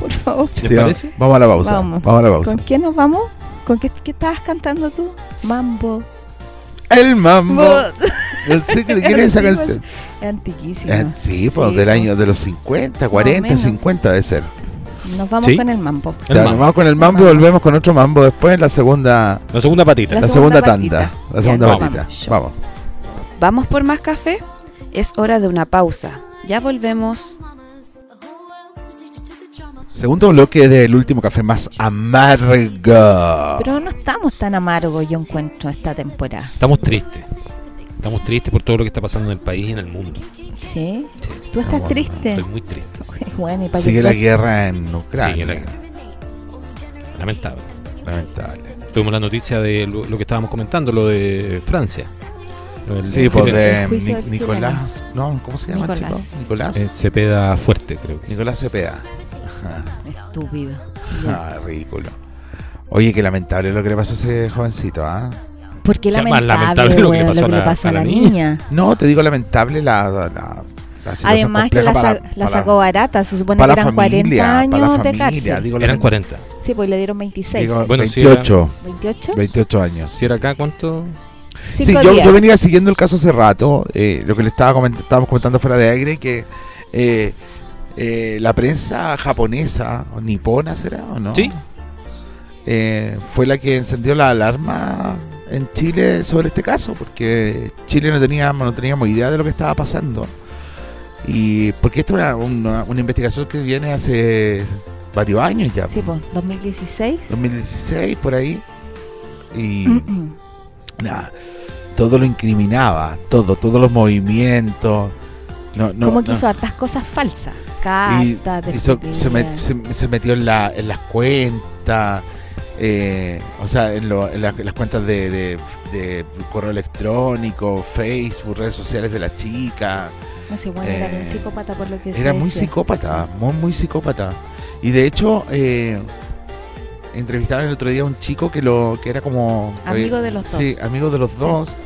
[SPEAKER 3] Por favor.
[SPEAKER 4] ¿Les
[SPEAKER 2] Sí, va-
[SPEAKER 4] parece?
[SPEAKER 2] Vamos a la pausa.
[SPEAKER 3] Vamos.
[SPEAKER 2] Vamos, a la pausa.
[SPEAKER 3] ¿Con qué nos vamos? ¿Con qué, qué estabas cantando tú? Mambo.
[SPEAKER 2] El mambo.
[SPEAKER 3] Bo-
[SPEAKER 2] Sí, que- ¿Quién es esa
[SPEAKER 3] Antiguo,
[SPEAKER 2] canción?
[SPEAKER 3] Es antiquísimo.
[SPEAKER 2] Ah, sí, pues
[SPEAKER 3] Sí,
[SPEAKER 2] del
[SPEAKER 3] pues.
[SPEAKER 2] año de los 50,
[SPEAKER 3] Más o
[SPEAKER 2] 40,
[SPEAKER 3] menos.
[SPEAKER 2] 50 de ser.
[SPEAKER 3] Nos vamos
[SPEAKER 4] Sí.
[SPEAKER 3] con el mambo.
[SPEAKER 4] El
[SPEAKER 2] Ya,
[SPEAKER 4] mambo.
[SPEAKER 2] nos vamos con el mambo y
[SPEAKER 3] Mambo.
[SPEAKER 2] volvemos con otro mambo después en la segunda,
[SPEAKER 4] La segunda patita.
[SPEAKER 3] La
[SPEAKER 2] la,
[SPEAKER 3] segunda
[SPEAKER 2] segunda,
[SPEAKER 3] patita.
[SPEAKER 2] tanda.
[SPEAKER 3] Ya,
[SPEAKER 2] La segunda
[SPEAKER 4] vamos.
[SPEAKER 2] patita.
[SPEAKER 3] Vamos.
[SPEAKER 2] Vamos.
[SPEAKER 1] ¿Vamos por más café? Es hora de una pausa. Ya volvemos.
[SPEAKER 2] Segundo bloque del último café más amargo.
[SPEAKER 3] Pero no estamos tan amargos, yo encuentro, esta temporada.
[SPEAKER 4] Estamos tristes. Estamos tristes por todo lo que está pasando en el país y en el mundo.
[SPEAKER 3] ¿Sí?
[SPEAKER 4] Sí.
[SPEAKER 3] ¿Tú estás
[SPEAKER 2] bueno,
[SPEAKER 3] triste?
[SPEAKER 4] Estoy muy triste.
[SPEAKER 3] Bueno, y para
[SPEAKER 2] Sigue
[SPEAKER 3] que
[SPEAKER 2] la
[SPEAKER 3] tú-
[SPEAKER 2] guerra en Ucrania.
[SPEAKER 4] Sí, la- Lamentable.
[SPEAKER 2] Lamentable.
[SPEAKER 4] Tuvimos la noticia de lo, lo que estábamos comentando, lo de Francia. Lo del-
[SPEAKER 2] Sí, pues
[SPEAKER 4] Chile.
[SPEAKER 2] de
[SPEAKER 3] El juicio
[SPEAKER 2] Ni-
[SPEAKER 3] del
[SPEAKER 2] Nicolás. No, ¿cómo se llama,
[SPEAKER 3] Nicolás.
[SPEAKER 2] chico? Nicolás.
[SPEAKER 4] Eh, Cepeda fuerte, creo. que.
[SPEAKER 2] Nicolás Cepeda. Ajá.
[SPEAKER 3] Estúpido. Ya.
[SPEAKER 2] Ah, ridículo. Oye, qué lamentable lo que le pasó a ese jovencito, ¿ah?
[SPEAKER 3] ¿Por qué
[SPEAKER 4] O sea, más
[SPEAKER 3] lamentable,
[SPEAKER 4] lamentable lo que le
[SPEAKER 3] weón,
[SPEAKER 4] pasó a la-
[SPEAKER 3] a la niña?
[SPEAKER 2] No, te digo lamentable la, la, la- la situación
[SPEAKER 3] Además que
[SPEAKER 2] compleja
[SPEAKER 3] la,
[SPEAKER 2] para-
[SPEAKER 3] sa- la
[SPEAKER 2] para-
[SPEAKER 3] sacó barata, se supone
[SPEAKER 2] para
[SPEAKER 3] que
[SPEAKER 2] la
[SPEAKER 3] eran
[SPEAKER 2] familia,
[SPEAKER 3] 40 años
[SPEAKER 2] para la
[SPEAKER 3] de
[SPEAKER 2] familia,
[SPEAKER 3] cárcel.
[SPEAKER 2] Digo,
[SPEAKER 4] Eran
[SPEAKER 2] lament-
[SPEAKER 4] 40.
[SPEAKER 3] Sí, pues le dieron 26.
[SPEAKER 2] digo,
[SPEAKER 4] Bueno, sí,
[SPEAKER 2] 28,
[SPEAKER 3] ¿28?
[SPEAKER 2] 28 años.
[SPEAKER 4] Si era acá, ¿cuánto?
[SPEAKER 2] Sí,
[SPEAKER 3] 5
[SPEAKER 2] yo,
[SPEAKER 3] días.
[SPEAKER 2] yo venía siguiendo el caso hace rato, eh, lo que le estaba coment- estábamos comentando fuera de aire, que eh, eh, la prensa japonesa, o nipona será o no,
[SPEAKER 4] Sí.
[SPEAKER 2] Eh, fue la que encendió la alarma en Chile sobre este caso, porque Chile no teníamos, no teníamos idea de lo que estaba pasando. Y porque esto era una, una investigación que viene hace varios años ya,
[SPEAKER 3] Sí, pues, 2016.
[SPEAKER 2] 2016 por ahí. Y
[SPEAKER 3] Mm,
[SPEAKER 2] nada, todo lo incriminaba, todo, todos los movimientos. No, no,
[SPEAKER 3] Como que
[SPEAKER 2] no.
[SPEAKER 3] hizo hartas cosas falsas.
[SPEAKER 2] Y
[SPEAKER 3] Cartas, de
[SPEAKER 2] hizo- se, met- se- se metió en, la- en las cuentas, eh, o sea, en, lo- en las, en las cuentas de, de- de correo electrónico, Facebook, redes sociales de la chica.
[SPEAKER 3] No sé, bueno, Pues era
[SPEAKER 2] eh,
[SPEAKER 3] bien psicópata por lo que se
[SPEAKER 2] Era muy
[SPEAKER 3] decía.
[SPEAKER 2] psicópata, muy, muy psicópata. Y de hecho, eh, entrevistaban el otro día a un chico que lo que era como...
[SPEAKER 3] Amigo
[SPEAKER 2] eh,
[SPEAKER 3] de los
[SPEAKER 2] Sí,
[SPEAKER 3] dos.
[SPEAKER 2] amigo de los
[SPEAKER 3] Sí.
[SPEAKER 2] dos.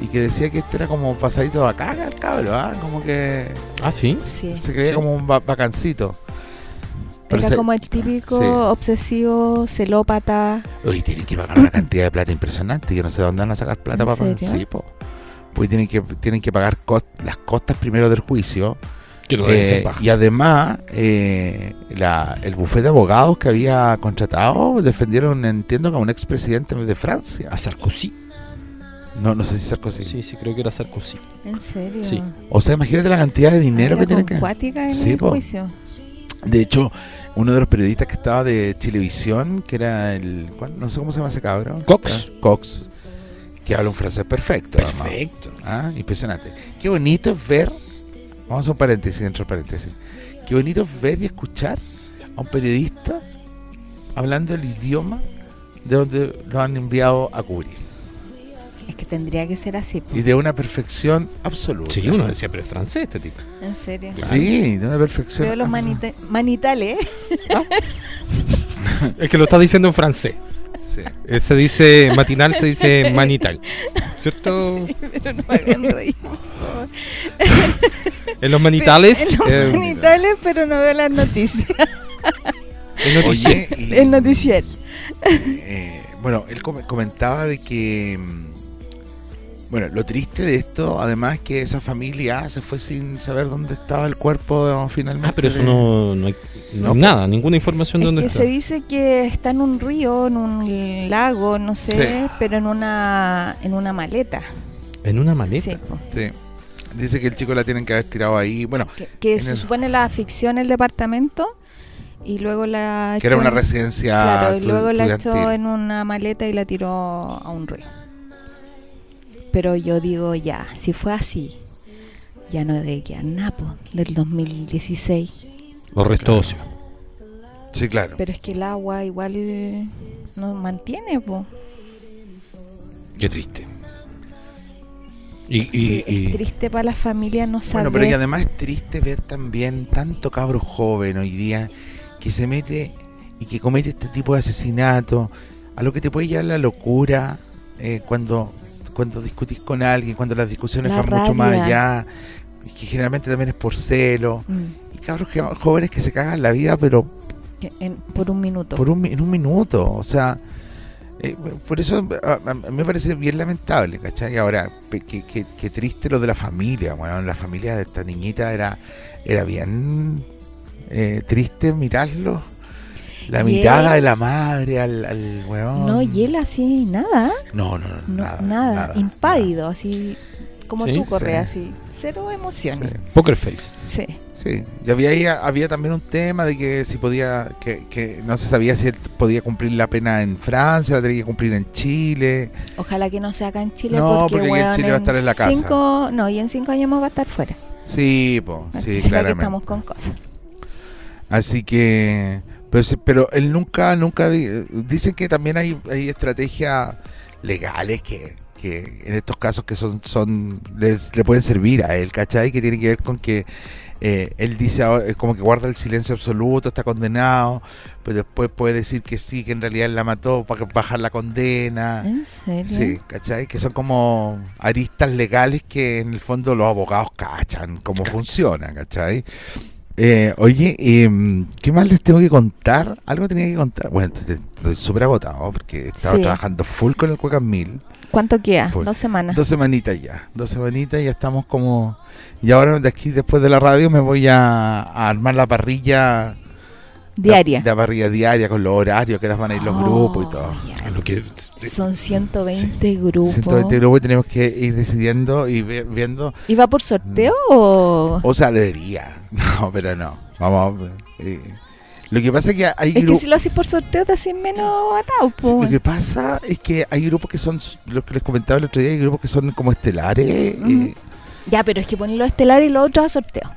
[SPEAKER 2] Y que decía que este era como pasadito a caga el cabro, ¿ah? Como que
[SPEAKER 4] Ah, sí.
[SPEAKER 3] Sí.
[SPEAKER 2] se creía
[SPEAKER 4] Sí.
[SPEAKER 2] como un va- vacancito. Pero
[SPEAKER 3] Era
[SPEAKER 2] se-
[SPEAKER 3] como el típico
[SPEAKER 2] Sí.
[SPEAKER 3] obsesivo, celópata.
[SPEAKER 2] Oye, tienen que pagar una cantidad de plata impresionante. Yo no sé de dónde van a sacar plata,
[SPEAKER 3] ¿En
[SPEAKER 2] papá.
[SPEAKER 3] serio?
[SPEAKER 2] Sí, po. Pues tienen que, tienen que pagar cos- las costas primero del juicio.
[SPEAKER 4] Que lo
[SPEAKER 2] Eh,
[SPEAKER 4] dicen bajo.
[SPEAKER 2] y además, eh, la- el bufete de abogados que había contratado defendieron, entiendo, que a un expresidente de Francia.
[SPEAKER 4] A Sarkozy.
[SPEAKER 2] No, no sé si Sarkozy.
[SPEAKER 4] Sí. sí, creo que era Sarkozy.
[SPEAKER 3] ¿En serio?
[SPEAKER 4] Sí.
[SPEAKER 2] O sea, imagínate la cantidad de dinero
[SPEAKER 3] Era
[SPEAKER 2] que tienen
[SPEAKER 3] con
[SPEAKER 2] que.
[SPEAKER 3] cuática en
[SPEAKER 2] Sí,
[SPEAKER 3] el
[SPEAKER 2] po.
[SPEAKER 3] juicio.
[SPEAKER 2] De hecho, uno de los periodistas que estaba de Chilevisión, que era el. ¿cuál? No sé cómo se llama ese cabrón. Ah,
[SPEAKER 4] Cox.
[SPEAKER 2] Cox. Que habla un francés perfecto, además. Ah, impresionante. Qué bonito es ver. Vamos a hacer un paréntesis dentro del paréntesis. Qué bonito es ver y escuchar a un periodista hablando el idioma de donde lo han enviado a cubrir.
[SPEAKER 3] Es que tendría que ser así. po.
[SPEAKER 2] Y de una perfección absoluta.
[SPEAKER 4] Sí, uno decía, pero es francés este tipo.
[SPEAKER 3] En serio.
[SPEAKER 4] Claro.
[SPEAKER 2] Sí, de una perfección.
[SPEAKER 3] Veo los
[SPEAKER 2] absoluta.
[SPEAKER 3] manita- manitales. ¿eh?
[SPEAKER 4] Es que lo está diciendo en francés.
[SPEAKER 2] Sí.
[SPEAKER 4] Eh, Se dice matinal, se dice manital. ¿Cierto?
[SPEAKER 3] Pero no me hagan reír. por favor.
[SPEAKER 4] En los manitales.
[SPEAKER 3] En los
[SPEAKER 4] eh,
[SPEAKER 3] manitales, pero no veo las noticias.
[SPEAKER 4] en los dice-
[SPEAKER 2] Oye, y-
[SPEAKER 3] El noticiero.
[SPEAKER 2] Eh, bueno, él com- comentaba de que. mm, Bueno, lo triste de esto, además, es que esa familia se fue sin saber dónde estaba el cuerpo de- finalmente.
[SPEAKER 4] Ah, pero eso
[SPEAKER 2] de-
[SPEAKER 4] no, no hay, no hay nada, ninguna información de
[SPEAKER 3] Es
[SPEAKER 4] dónde
[SPEAKER 3] que
[SPEAKER 4] está.
[SPEAKER 3] se dice que está en un río, en un lago, no sé,
[SPEAKER 2] Sí.
[SPEAKER 3] pero en una en una maleta.
[SPEAKER 4] En una maleta.
[SPEAKER 3] Sí, po.
[SPEAKER 2] Sí. Dice que el chico la tienen que haber tirado ahí. Bueno,
[SPEAKER 3] que que
[SPEAKER 2] En
[SPEAKER 3] se
[SPEAKER 2] el-
[SPEAKER 3] supone la ficción el departamento y luego la
[SPEAKER 2] que era
[SPEAKER 3] echó
[SPEAKER 2] una
[SPEAKER 3] en-
[SPEAKER 2] residencia.
[SPEAKER 3] Claro, y
[SPEAKER 2] estu-
[SPEAKER 3] luego la echó
[SPEAKER 2] estudiantil.
[SPEAKER 3] en una maleta y la tiró a un río. Pero yo digo ya, si fue así, ya no de que a Napo del 2016.
[SPEAKER 4] Los restos óseos.
[SPEAKER 2] Sí, claro.
[SPEAKER 3] Pero es que el agua igual eh, nos mantiene, po.
[SPEAKER 4] Qué triste. Y, y-
[SPEAKER 3] Sí,
[SPEAKER 4] y-
[SPEAKER 3] es triste para la familia no saber.
[SPEAKER 2] Bueno, pero que además es triste ver también tanto cabro joven hoy día que se mete y que comete este tipo de asesinato, a lo que te puede llevar la locura eh, cuando, cuando discutís con alguien, cuando las discusiones
[SPEAKER 3] La
[SPEAKER 2] van mucho más
[SPEAKER 3] rabia.
[SPEAKER 2] allá, y que generalmente también es por celo,
[SPEAKER 3] Mm,
[SPEAKER 2] y cabros que- jóvenes que se cagan la vida, pero
[SPEAKER 3] que en- por un minuto.
[SPEAKER 2] por un, mi- en un minuto, o sea, eh, por eso a, a- a mí me parece bien lamentable, ¿cachai? Ahora, pe- que, que- que triste lo de la familia, weón, la familia de esta niñita era, era bien eh, triste mirarlo, la
[SPEAKER 3] Y
[SPEAKER 2] mirada de
[SPEAKER 3] él-
[SPEAKER 2] la madre al, al weón.
[SPEAKER 3] no, y él así, nada,
[SPEAKER 2] No, no, no,
[SPEAKER 3] no,
[SPEAKER 2] nada,
[SPEAKER 3] nada,
[SPEAKER 2] nada,
[SPEAKER 3] impávido, así como
[SPEAKER 4] Sí,
[SPEAKER 3] tú
[SPEAKER 2] sí.
[SPEAKER 3] corres, así, cero emociones.
[SPEAKER 2] nada.
[SPEAKER 4] Poker Face.
[SPEAKER 3] Sí.
[SPEAKER 2] Sí, sí. y había, ahí- había también un tema de que si podía, que, que no se sabía si él podía cumplir la pena en Francia, la tenía que cumplir en Chile.
[SPEAKER 3] Ojalá que no sea acá en Chile.
[SPEAKER 2] No,
[SPEAKER 3] porque,
[SPEAKER 2] porque en
[SPEAKER 3] weón,
[SPEAKER 2] Chile va a estar en la casa.
[SPEAKER 3] Cinco, no, y en cinco años más va a estar fuera.
[SPEAKER 2] Sí, po, sí,
[SPEAKER 3] Entonces, lo que
[SPEAKER 2] claramente.
[SPEAKER 3] estamos con cosas.
[SPEAKER 2] Así que, pero, sí- pero él nunca, nunca, di- dicen que también hay, hay estrategias legales que, que en estos casos que son, son les- le pueden servir a él, ¿cachai? Que tiene que ver con que eh, él dice, ahora- es como que guarda el silencio absoluto, está condenado, pero después puede decir que sí, que en realidad él la mató para que- bajar la condena.
[SPEAKER 3] ¿En serio?
[SPEAKER 2] Ah. Sí, ¿cachai? Que son como aristas legales que en el fondo los abogados cachan cómo funciona, ¿cachai? Eh, oye, em, ¿qué más les tengo que contar? Algo tenía que contar. Bueno, te- te- estoy súper agotado porque estaba
[SPEAKER 3] Sí.
[SPEAKER 2] trabajando full con el Cuecan Mil.
[SPEAKER 3] ¿Cuánto queda?
[SPEAKER 2] Full.
[SPEAKER 3] Dos semanas.
[SPEAKER 2] Dos semanitas ya, dos semanitas ya estamos como... Y ahora de aquí, después de la radio, me voy a, a armar la parrilla.
[SPEAKER 3] Diaria.
[SPEAKER 2] La, la parrilla diaria con los horarios que las van a ir los grupos y todo.
[SPEAKER 3] Oh,
[SPEAKER 4] A lo que
[SPEAKER 3] ya. Son 120 grupos.
[SPEAKER 2] 120 grupos y tenemos que ir decidiendo y ve- viendo
[SPEAKER 3] ¿Y va por sorteo
[SPEAKER 2] Mm.
[SPEAKER 3] o.?
[SPEAKER 2] O sea, debería. No, pero no. Vamos. eh, Lo que pasa es que hay
[SPEAKER 3] Es que
[SPEAKER 2] grupos.
[SPEAKER 3] si lo haces por sorteo te haces menos atado, po,
[SPEAKER 2] lo
[SPEAKER 3] weón.
[SPEAKER 2] que pasa es que hay grupos que son. s- Lo que les comentaba el otro día, hay grupos que son como estelares. eh,
[SPEAKER 3] Ujú. Ya, pero es que ponen los estelares y los otros a sorteo.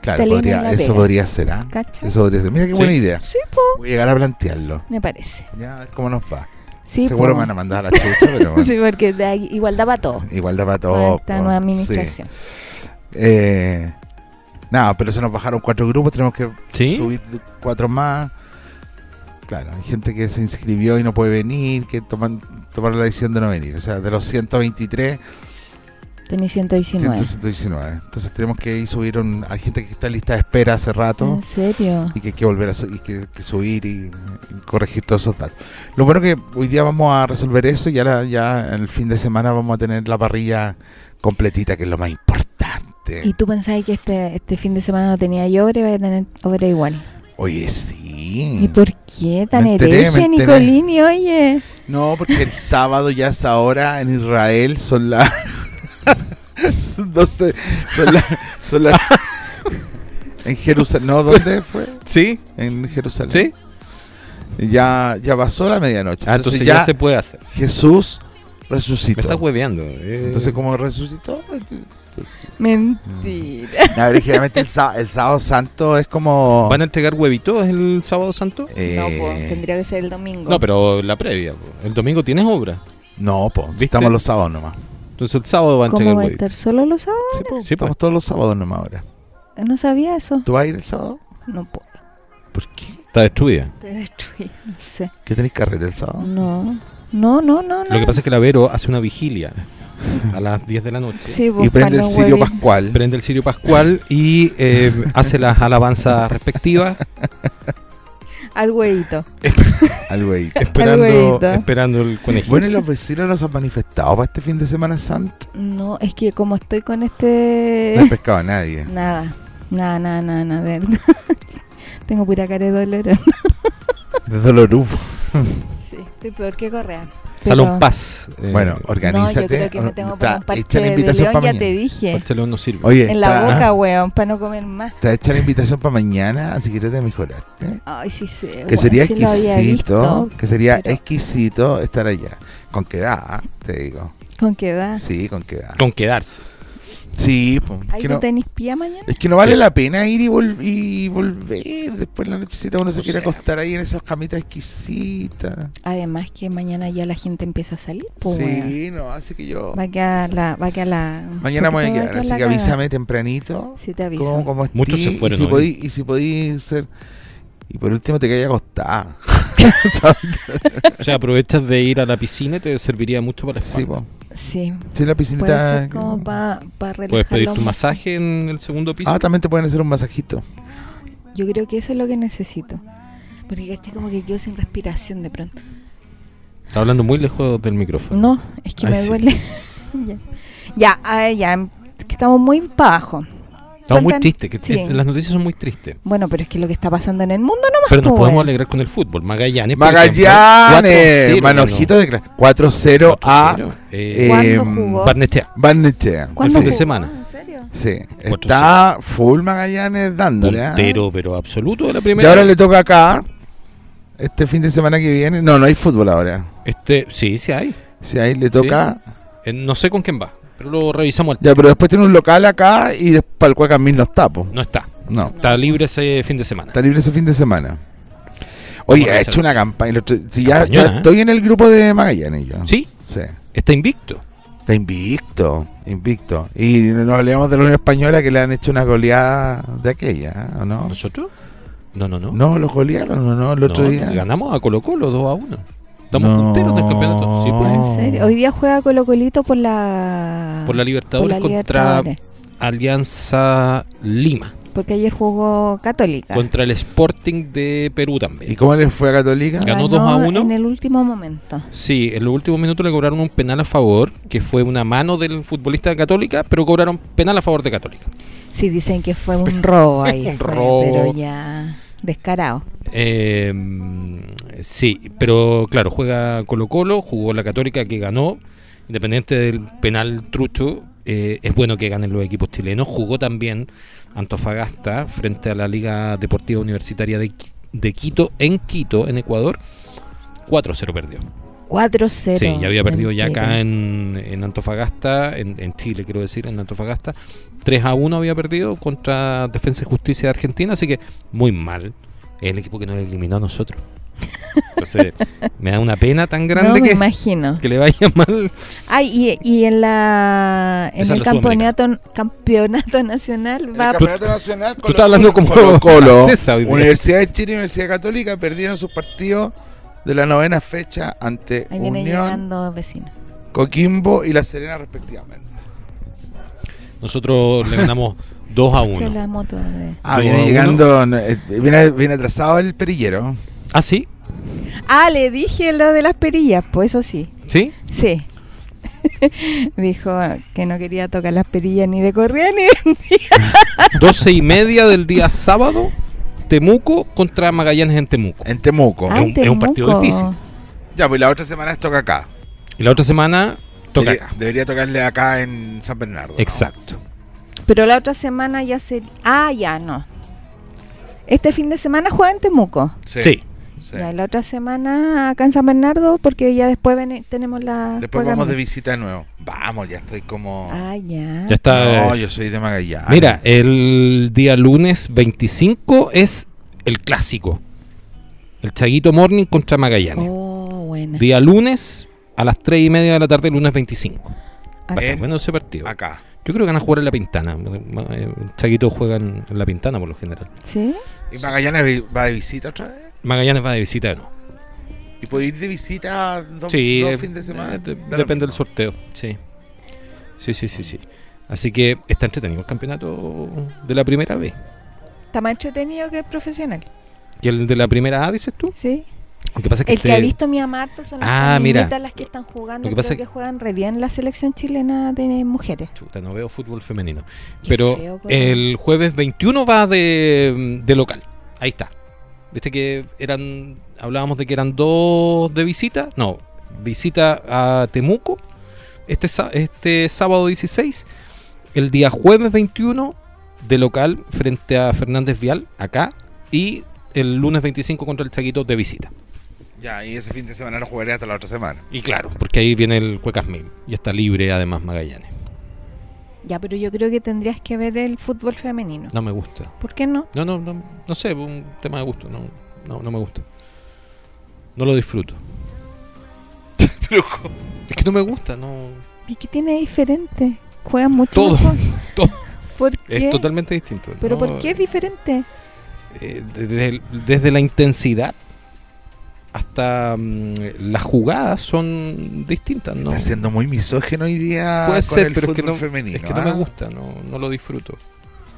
[SPEAKER 2] claro,
[SPEAKER 3] Telina
[SPEAKER 2] podría-
[SPEAKER 3] en la
[SPEAKER 2] eso
[SPEAKER 3] pega.
[SPEAKER 2] podría ser. ¿ah?
[SPEAKER 3] ¿Cachai?
[SPEAKER 2] Eso podría ser. Mira qué
[SPEAKER 4] Sí.
[SPEAKER 2] buena idea.
[SPEAKER 3] Sí, po.
[SPEAKER 2] Voy a llegar a plantearlo.
[SPEAKER 3] Me parece.
[SPEAKER 2] Ya, a ver cómo nos va.
[SPEAKER 3] Sí,
[SPEAKER 2] Seguro
[SPEAKER 3] po.
[SPEAKER 2] me van a mandar a la chucha, pero bueno.
[SPEAKER 3] Sí, porque da igualdad para todos.
[SPEAKER 2] Igualdad para
[SPEAKER 3] Para
[SPEAKER 2] todos.
[SPEAKER 3] esta
[SPEAKER 2] po.
[SPEAKER 3] nueva
[SPEAKER 2] Sí.
[SPEAKER 3] administración.
[SPEAKER 2] Eh, nada, pero se nos bajaron cuatro grupos, tenemos que
[SPEAKER 4] ¿Sí?
[SPEAKER 2] subir cuatro más. Claro, hay gente que se inscribió y no puede venir, que toman, tomaron la decisión de no venir. O sea, de los 123,
[SPEAKER 3] Tenía 119.
[SPEAKER 2] 119. Entonces tenemos que ir subir un- hay gente que está en lista de espera hace rato
[SPEAKER 3] ¿En serio?
[SPEAKER 2] y que hay que volver a su- y que, que subir y, y corregir todos esos datos. Lo bueno que hoy día vamos a resolver eso y ahora ya el fin de semana vamos a tener la parrilla completita, que es lo más importante.
[SPEAKER 3] ¿Y tú pensabas que este, este fin de semana no tenía yo obra y vaya a tener obra igual?
[SPEAKER 2] Oye, sí.
[SPEAKER 3] ¿Y por qué tan
[SPEAKER 2] Mm. Me enteré,
[SPEAKER 3] hereje,
[SPEAKER 2] me enteré.
[SPEAKER 3] Nicolini? Oye,
[SPEAKER 2] No, porque el sábado ya es ahora en Israel son las. son doce- son las. son las- en Jerusalén. ¿No? ¿Dónde fue?
[SPEAKER 4] ¿Sí?
[SPEAKER 2] En Jerusalén.
[SPEAKER 4] ¿Sí?
[SPEAKER 2] Ya, ya pasó la medianoche.
[SPEAKER 4] Ah, entonces ya, se puede hacer.
[SPEAKER 2] Jesús
[SPEAKER 4] Me estás
[SPEAKER 2] resucitó.
[SPEAKER 4] hueveando. eh.
[SPEAKER 2] Entonces, como resucitó.
[SPEAKER 3] mentira.
[SPEAKER 2] No, originalmente el, sá- el sábado santo es como.
[SPEAKER 4] ¿Van a entregar huevitos el sábado santo?
[SPEAKER 2] eh,
[SPEAKER 3] No, pues, tendría que ser el domingo.
[SPEAKER 4] No, pero la previa. po. El domingo tienes obra.
[SPEAKER 2] no, po,
[SPEAKER 4] ¿Viste?
[SPEAKER 2] estamos los sábados nomás.
[SPEAKER 4] Entonces el sábado van a
[SPEAKER 3] ¿Cómo
[SPEAKER 4] entregar
[SPEAKER 3] va a
[SPEAKER 4] huevitos.
[SPEAKER 3] estar solo los sábados?
[SPEAKER 2] Sí, po,
[SPEAKER 4] Sí,
[SPEAKER 2] estamos
[SPEAKER 4] pues.
[SPEAKER 2] todos los sábados nomás ahora.
[SPEAKER 3] No sabía eso.
[SPEAKER 2] ¿Tú vas a ir el sábado?
[SPEAKER 3] No puedo.
[SPEAKER 2] ¿Por qué?
[SPEAKER 4] Está destruida.
[SPEAKER 3] Te destruí. No sé.
[SPEAKER 2] ¿Qué tenéis carrete el sábado?
[SPEAKER 3] No. No, no, no, no.
[SPEAKER 4] Lo que pasa es que la Vero hace una vigilia a las 10 de la noche.
[SPEAKER 3] Sí, vos,
[SPEAKER 2] y prende el
[SPEAKER 3] para no
[SPEAKER 2] cirio
[SPEAKER 3] huevear.
[SPEAKER 2] pascual.
[SPEAKER 4] Prende el Sirio Pascual y eh, hace las alabanzas respectivas,
[SPEAKER 3] Al huevito.
[SPEAKER 2] Al güey.
[SPEAKER 4] esperando,
[SPEAKER 3] huevito.
[SPEAKER 4] esperando el conejito.
[SPEAKER 2] Bueno, y los vecinos nos han manifestado para este fin de Semana Santo.
[SPEAKER 3] No, es que como estoy con
[SPEAKER 2] No han
[SPEAKER 3] este...
[SPEAKER 2] pescado a nadie.
[SPEAKER 3] Nada. Nada, nada, nada, nada. de verdad. Tengo pura cara de dolor.
[SPEAKER 2] De dolorufo.
[SPEAKER 3] Sí, estoy peor que Correa.
[SPEAKER 4] Salón
[SPEAKER 3] Pero-
[SPEAKER 4] Paz. eh,
[SPEAKER 2] Bueno,
[SPEAKER 3] No, yo
[SPEAKER 2] organízate.
[SPEAKER 3] creo que me tengo que
[SPEAKER 2] Está
[SPEAKER 3] poner un parche
[SPEAKER 2] hecha la
[SPEAKER 3] de
[SPEAKER 2] invitación
[SPEAKER 3] león,
[SPEAKER 2] para
[SPEAKER 3] ya
[SPEAKER 2] mañana.
[SPEAKER 3] te dije.
[SPEAKER 4] Parche León no sirve.
[SPEAKER 2] Oye,
[SPEAKER 3] En la
[SPEAKER 2] está, ¿ah?
[SPEAKER 3] boca, weón, para no comer más.
[SPEAKER 2] está hecha la invitación para mañana, así que trata de mejorarte.
[SPEAKER 3] Ay, sí sé.
[SPEAKER 2] Que
[SPEAKER 3] weón,
[SPEAKER 2] sería
[SPEAKER 3] sí lo había
[SPEAKER 2] exquisito,
[SPEAKER 3] visto.
[SPEAKER 2] que sería
[SPEAKER 3] pero-
[SPEAKER 2] exquisito estar allá. Con que da, ¿ah? te digo.
[SPEAKER 3] ¿Con qué edad?
[SPEAKER 2] Sí, con que da.
[SPEAKER 4] Con quedarse.
[SPEAKER 2] Sí, po,
[SPEAKER 3] ¿Ahí
[SPEAKER 2] que
[SPEAKER 3] no
[SPEAKER 2] no-
[SPEAKER 3] tenéis pía mañana?
[SPEAKER 2] es que no vale
[SPEAKER 4] Sí.
[SPEAKER 2] la pena ir y, vol- y volver. Después en la nochecita uno se
[SPEAKER 3] Pues
[SPEAKER 2] quiere acostar ahí en esas camitas exquisitas.
[SPEAKER 3] Además que mañana ya la gente empieza a salir, pues, weón.
[SPEAKER 2] sí, no, así que yo.
[SPEAKER 3] Va a quedar la... Va a quedar la
[SPEAKER 2] Mañana me voy a
[SPEAKER 3] va
[SPEAKER 2] quedar, así
[SPEAKER 3] la
[SPEAKER 2] que
[SPEAKER 3] cagada.
[SPEAKER 2] avísame tempranito.
[SPEAKER 3] Sí, te aviso.
[SPEAKER 2] Cómo, cómo
[SPEAKER 4] Muchos
[SPEAKER 2] estí,
[SPEAKER 4] se fueron ¿eh?
[SPEAKER 2] y si
[SPEAKER 4] hoy.
[SPEAKER 2] podí- Y si podí ser. Y por último te quedas acostada.
[SPEAKER 4] O sea, aprovechas de ir a la piscina y te serviría mucho para la
[SPEAKER 2] sí,
[SPEAKER 4] espalda.
[SPEAKER 2] po.
[SPEAKER 3] Sí,
[SPEAKER 2] Sí, la
[SPEAKER 3] puede
[SPEAKER 2] piscinita.
[SPEAKER 3] ser como para relajar
[SPEAKER 4] Puedes pedir
[SPEAKER 3] los
[SPEAKER 4] tu masaje en el segundo piso.
[SPEAKER 2] Ah, también te pueden hacer un masajito.
[SPEAKER 3] Yo creo que eso es lo que necesito. Porque caché como que quedo sin respiración de pronto.
[SPEAKER 4] Está hablando muy lejos del micrófono.
[SPEAKER 3] No, es que
[SPEAKER 4] Ay,
[SPEAKER 3] me
[SPEAKER 4] sí.
[SPEAKER 3] duele. ya, ya, ay, ya, es que estamos muy para abajo.
[SPEAKER 2] Mm,
[SPEAKER 4] Estamos muy
[SPEAKER 3] Faltan-
[SPEAKER 4] tristes, que
[SPEAKER 3] sí.
[SPEAKER 4] eh, las noticias son muy tristes.
[SPEAKER 3] Bueno, pero es que lo que está pasando en el mundo nomás.
[SPEAKER 4] Pero nos
[SPEAKER 3] pues,
[SPEAKER 4] podemos
[SPEAKER 3] bueno.
[SPEAKER 4] alegrar con el fútbol. Magallanes. por
[SPEAKER 2] Magallanes,
[SPEAKER 4] ejemplo, 4-0,
[SPEAKER 2] manojito de cla- 4-0 a
[SPEAKER 4] 4-0,
[SPEAKER 2] eh,
[SPEAKER 4] eh,
[SPEAKER 3] ¿Cuándo jugó?
[SPEAKER 4] Barnechea.
[SPEAKER 2] Barnechea.
[SPEAKER 3] ¿Cuándo
[SPEAKER 4] fin de
[SPEAKER 3] jugó?
[SPEAKER 4] semana.
[SPEAKER 3] Ah, ¿en serio?
[SPEAKER 2] Sí, está full Magallanes dándole. ¿ah?
[SPEAKER 4] Puntero, pero absoluto de la
[SPEAKER 2] Y
[SPEAKER 4] primera.
[SPEAKER 2] ahora le toca acá. Este fin de semana que viene. No, no hay fútbol ahora.
[SPEAKER 4] Este, sí, sí hay.
[SPEAKER 2] Si ahí le toca.
[SPEAKER 4] Eh, no sé con quién va, pero lo revisamos. al-
[SPEAKER 2] Ya, pero después tiene un local acá y después para el Cuacamil no está, po.
[SPEAKER 4] No está.
[SPEAKER 2] No.
[SPEAKER 4] Está libre ese fin de semana.
[SPEAKER 2] Está libre ese fin de semana. Oye,
[SPEAKER 4] Bueno,
[SPEAKER 2] ha
[SPEAKER 4] esa-
[SPEAKER 2] hecho una campaña. el otro- si ya,
[SPEAKER 4] Campañona,
[SPEAKER 2] ya
[SPEAKER 4] ¿eh?
[SPEAKER 2] estoy en el grupo de Magallanes yo.
[SPEAKER 4] Sí,
[SPEAKER 2] Sí.
[SPEAKER 4] está invicto.
[SPEAKER 2] Está invicto, invicto. Y no hablemos de la Unión Española que le han hecho una goleada de aquella, ¿eh? ¿o no?
[SPEAKER 4] ¿Nosotros? No, no, no.
[SPEAKER 2] No, los golearon, ¿o no? El otro
[SPEAKER 4] No,
[SPEAKER 2] día.
[SPEAKER 4] Ganamos a Colo Colo 2 a 1. Estamos
[SPEAKER 2] No.
[SPEAKER 4] punteros del campeonato. Sí, pues.
[SPEAKER 2] No.
[SPEAKER 3] ¿En serio? Hoy día juega Colo Colito por la...
[SPEAKER 4] Por la Libertadores
[SPEAKER 3] por la
[SPEAKER 4] contra
[SPEAKER 3] Libertadores,
[SPEAKER 4] Alianza Lima.
[SPEAKER 3] Porque ayer jugó Católica.
[SPEAKER 4] Contra el Sporting de Perú también.
[SPEAKER 2] ¿Y cómo les fue a Católica?
[SPEAKER 4] Ganó 2 a 1.
[SPEAKER 3] En el último momento.
[SPEAKER 4] Sí, en los últimos minutos le cobraron un penal a favor, que fue una mano del futbolista de Católica, pero cobraron penal a favor de Católica.
[SPEAKER 3] Sí, dicen que fue un robo ahí.
[SPEAKER 4] Un
[SPEAKER 3] fue,
[SPEAKER 4] robo.
[SPEAKER 3] Pero ya descarado.
[SPEAKER 4] Eh, sí, pero claro, juega Colo Colo, jugó la Católica que ganó, independiente del penal trucho, eh, es bueno que ganen los equipos chilenos, jugó también Antofagasta frente a la Liga Deportiva Universitaria de, Qui- de Quito, en Quito, en Ecuador, 4-0 perdió.
[SPEAKER 3] 4-0.
[SPEAKER 4] Sí, ya había perdido ya acá
[SPEAKER 3] Mentira.
[SPEAKER 4] en, en Antofagasta, en, en Chile quiero decir, en Antofagasta. 3 a 1 había perdido contra Defensa y Justicia de Argentina, así que muy mal. Es el equipo que nos eliminó a nosotros. Entonces, me da una pena tan grande
[SPEAKER 3] no, me
[SPEAKER 4] que,
[SPEAKER 3] imagino.
[SPEAKER 4] que le vaya mal.
[SPEAKER 3] Ay, y, y en la en
[SPEAKER 4] Esa
[SPEAKER 3] el
[SPEAKER 4] es la Sudamericana.
[SPEAKER 3] campeonato, campeonato nacional va
[SPEAKER 2] Nacional.
[SPEAKER 4] Tú estás hablando como
[SPEAKER 2] Colo Colo,
[SPEAKER 4] francesa hoy día.
[SPEAKER 2] Universidad de Chile y Universidad Católica perdieron sus partidos de la novena fecha ante
[SPEAKER 3] Ahí viene
[SPEAKER 2] Unión,
[SPEAKER 3] llegando vecino.
[SPEAKER 2] Coquimbo y La Serena respectivamente.
[SPEAKER 4] Nosotros le ganamos 2 a
[SPEAKER 3] Escucha
[SPEAKER 4] 1.
[SPEAKER 3] la moto de-
[SPEAKER 2] Ah,
[SPEAKER 4] Dos a
[SPEAKER 2] viene
[SPEAKER 4] uno.
[SPEAKER 2] llegando, no, eh, viene, viene atrasado el perillero.
[SPEAKER 4] ¿Ah, sí?
[SPEAKER 3] Ah, le dije lo de las perillas, pues eso sí.
[SPEAKER 4] ¿Sí?
[SPEAKER 3] Sí. Dijo que no quería tocar las perillas ni de correa ni
[SPEAKER 4] 12 y media del día sábado, Temuco contra Magallanes en Temuco.
[SPEAKER 2] En Temuco.
[SPEAKER 4] Ah. es un partido
[SPEAKER 3] Temuco.
[SPEAKER 4] difícil.
[SPEAKER 2] Ya, pues la otra semana les toca acá.
[SPEAKER 4] Y la otra semana toca
[SPEAKER 2] Debería-
[SPEAKER 4] acá.
[SPEAKER 2] Debería tocarle acá en San Bernardo. ¿no?
[SPEAKER 4] Exacto.
[SPEAKER 3] Pero la otra semana ya se Ah, ya no. Este fin de semana juega en Temuco.
[SPEAKER 2] Sí.
[SPEAKER 4] sí.
[SPEAKER 2] sí.
[SPEAKER 3] Ya, la otra semana acá en San Bernardo porque ya después ven- tenemos la
[SPEAKER 2] Después
[SPEAKER 3] juega-
[SPEAKER 2] vamos de visita de nuevo. Vamos, ya estoy como...
[SPEAKER 3] Ah, ya.
[SPEAKER 4] Ya está.
[SPEAKER 2] No, yo soy de Magallanes.
[SPEAKER 4] Mira, el día lunes 25 es el clásico. El Chaguito Morning contra Magallanes.
[SPEAKER 3] Oh, buena.
[SPEAKER 4] Día lunes a las 3 y media de la tarde, lunes 25. Va a estar
[SPEAKER 2] Eh,
[SPEAKER 4] bueno ese partido.
[SPEAKER 2] acá.
[SPEAKER 4] Yo creo que van a jugar en La Pintana. Eh, El Chaguito juega en en La Pintana por lo general.
[SPEAKER 3] ¿Sí?
[SPEAKER 2] ¿Y Magallanes vi- va de visita otra vez?
[SPEAKER 4] Magallanes va de visita, ¿no?
[SPEAKER 2] ¿Y puede ir de visita dos,
[SPEAKER 4] Sí,
[SPEAKER 2] dos
[SPEAKER 4] eh,
[SPEAKER 2] fines de semana?
[SPEAKER 4] eh, de-
[SPEAKER 2] Da lo mismo.
[SPEAKER 4] depende del sorteo. Sí. Sí, sí, sí, sí. Así que está entretenido el campeonato de la primera B.
[SPEAKER 3] Está más entretenido que el profesional.
[SPEAKER 4] ¿Y el de la primera A, dices tú?
[SPEAKER 3] Sí.
[SPEAKER 4] Lo que pasa es que
[SPEAKER 3] El que ha
[SPEAKER 4] este-
[SPEAKER 3] visto mi amarto son las
[SPEAKER 4] Ah, mira.
[SPEAKER 3] niñitas las que están jugando.
[SPEAKER 4] Lo que
[SPEAKER 3] creo
[SPEAKER 4] pasa
[SPEAKER 3] que
[SPEAKER 4] es-
[SPEAKER 3] juegan re bien la selección chilena de mujeres.
[SPEAKER 4] Chuta, no veo fútbol femenino.
[SPEAKER 3] Qué
[SPEAKER 4] Pero
[SPEAKER 3] feo, Colo.
[SPEAKER 4] el jueves 21 va de, mm, de local. Ahí está. ¿Viste que eran. Hablábamos de que eran dos de visita? No, visita a Temuco. Este, sá- este sábado 16. El día jueves 21 de local frente a Fernández Vial, acá. Y el lunes 25 contra el Chaquito de visita.
[SPEAKER 2] Ya, y ese fin de semana lo jugaré hasta la otra semana.
[SPEAKER 4] Y claro, porque ahí viene el Cuecas Mil. Y está libre además Magallanes.
[SPEAKER 3] Ya, pero yo creo que tendrías que ver el fútbol femenino.
[SPEAKER 4] No me gusta.
[SPEAKER 3] ¿Por qué no?
[SPEAKER 4] No, no, no, no sé, un tema de gusto, no, no, no me gusta. No lo disfruto. Es que no me gusta, no.
[SPEAKER 3] ¿Y qué tiene de diferente? Juegan mucho
[SPEAKER 4] Todo,
[SPEAKER 3] mejor.
[SPEAKER 4] todo.
[SPEAKER 3] ¿Por qué?
[SPEAKER 4] Es totalmente distinto.
[SPEAKER 3] ¿Pero
[SPEAKER 4] no,
[SPEAKER 3] por qué es diferente?
[SPEAKER 4] eh, desde, el- desde la intensidad hasta mm, las jugadas son distintas, ¿no?
[SPEAKER 2] Está siendo muy misógeno hoy día
[SPEAKER 4] Puede
[SPEAKER 2] con
[SPEAKER 4] ser,
[SPEAKER 2] el
[SPEAKER 4] pero es que,
[SPEAKER 2] fútbol
[SPEAKER 4] no,
[SPEAKER 2] femenino.
[SPEAKER 4] es que no me
[SPEAKER 2] ¿ah?
[SPEAKER 4] gusta, no, no lo disfruto.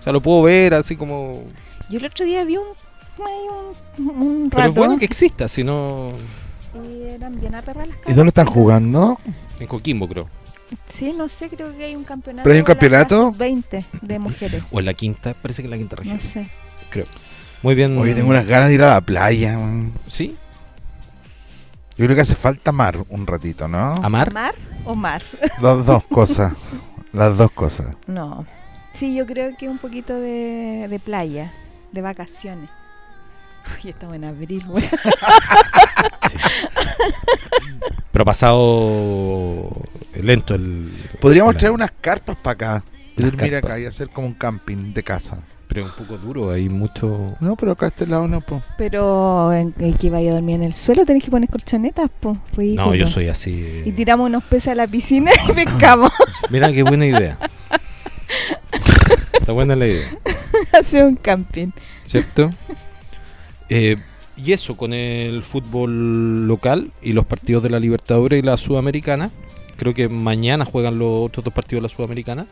[SPEAKER 4] O sea, lo puedo ver así como...
[SPEAKER 3] Yo el otro día vi un, un, un
[SPEAKER 4] Pero
[SPEAKER 3] rato
[SPEAKER 4] es bueno que exista, si no...
[SPEAKER 3] y eran bien aperradas las
[SPEAKER 2] ¿Y
[SPEAKER 3] cabras.
[SPEAKER 2] dónde están jugando?
[SPEAKER 4] En Coquimbo, creo.
[SPEAKER 3] Sí, no sé, creo que hay un campeonato.
[SPEAKER 2] ¿Pero hay un
[SPEAKER 3] de las
[SPEAKER 2] campeonato?
[SPEAKER 3] 20 de mujeres.
[SPEAKER 4] O en la quinta, parece que en la quinta región.
[SPEAKER 3] No sé.
[SPEAKER 4] Muy bien.
[SPEAKER 2] Oye, tengo unas ganas de ir a la playa. man.
[SPEAKER 4] ¿Sí?
[SPEAKER 2] Yo creo que hace falta mar un ratito,
[SPEAKER 3] Ah.
[SPEAKER 2] ¿no?
[SPEAKER 4] ¿Amar?
[SPEAKER 3] ¿Mar o mar?
[SPEAKER 2] Las dos cosas. Las dos cosas.
[SPEAKER 3] No. Sí, yo creo que un poquito de, de playa, de vacaciones. Uy, estamos en abril, bueno.
[SPEAKER 4] Pero ha pasado lento el...
[SPEAKER 2] Podríamos
[SPEAKER 4] la-
[SPEAKER 2] traer unas carpas para acá. Y
[SPEAKER 4] Unas
[SPEAKER 2] dormir
[SPEAKER 4] carpas.
[SPEAKER 2] acá y hacer como un camping de casa.
[SPEAKER 4] Pero es un poco duro, hay mucho...
[SPEAKER 2] No, pero acá a este lado no, po.
[SPEAKER 3] Pero en, en que vaya a dormir en el suelo tenés que poner colchonetas, pues.
[SPEAKER 4] No, yo soy así.
[SPEAKER 3] Y tiramos unos peces a la piscina y pescamos.
[SPEAKER 4] Mira qué buena idea. Está buena la idea,
[SPEAKER 3] Hacer un camping.
[SPEAKER 4] ¿cierto? Eh, y eso con el fútbol local y los partidos de la Libertadores y la Sudamericana. Creo que mañana juegan los otros dos partidos de la Sudamericana.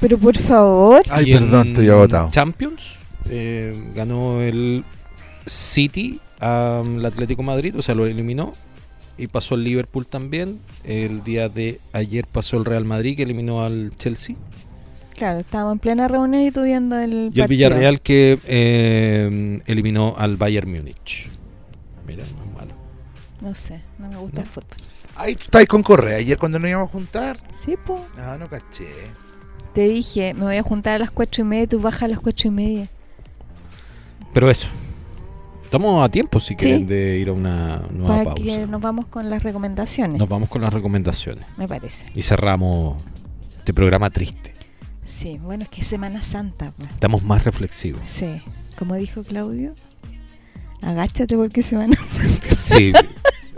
[SPEAKER 3] Pero por favor,
[SPEAKER 2] Ay,
[SPEAKER 4] Y
[SPEAKER 2] perdón,
[SPEAKER 4] en
[SPEAKER 2] estoy agotado.
[SPEAKER 4] Champions eh, ganó el City al Atlético Madrid, o sea, lo eliminó. Y pasó el Liverpool también. El día de ayer pasó el Real Madrid que eliminó al Chelsea.
[SPEAKER 3] claro, estábamos en plena reunión y estudiando el
[SPEAKER 4] Y
[SPEAKER 3] partido.
[SPEAKER 4] el Villarreal que eh, eliminó al Bayern Múnich. Mira, no es malo.
[SPEAKER 3] No sé, no me gusta
[SPEAKER 4] No.
[SPEAKER 3] el fútbol.
[SPEAKER 2] Ay, tú estabas con Correa ayer cuando nos íbamos a juntar.
[SPEAKER 3] Sí, pues.
[SPEAKER 2] Ah, No, no caché.
[SPEAKER 3] Te dije, me voy a juntar a las cuatro y media y tú bajas a las cuatro y media.
[SPEAKER 4] Pero eso. Estamos a tiempo, si
[SPEAKER 3] Sí.
[SPEAKER 4] quieren, de ir a una nueva
[SPEAKER 3] para
[SPEAKER 4] pausa.
[SPEAKER 3] que nos vamos con las recomendaciones,
[SPEAKER 4] Nos vamos con las recomendaciones.
[SPEAKER 3] me parece.
[SPEAKER 4] Y cerramos este programa triste.
[SPEAKER 3] Sí, bueno, es que es Semana Santa. pues.
[SPEAKER 4] Estamos más reflexivos.
[SPEAKER 3] Sí, como dijo Claudio, agáchate porque es Semana Santa.
[SPEAKER 4] Sí,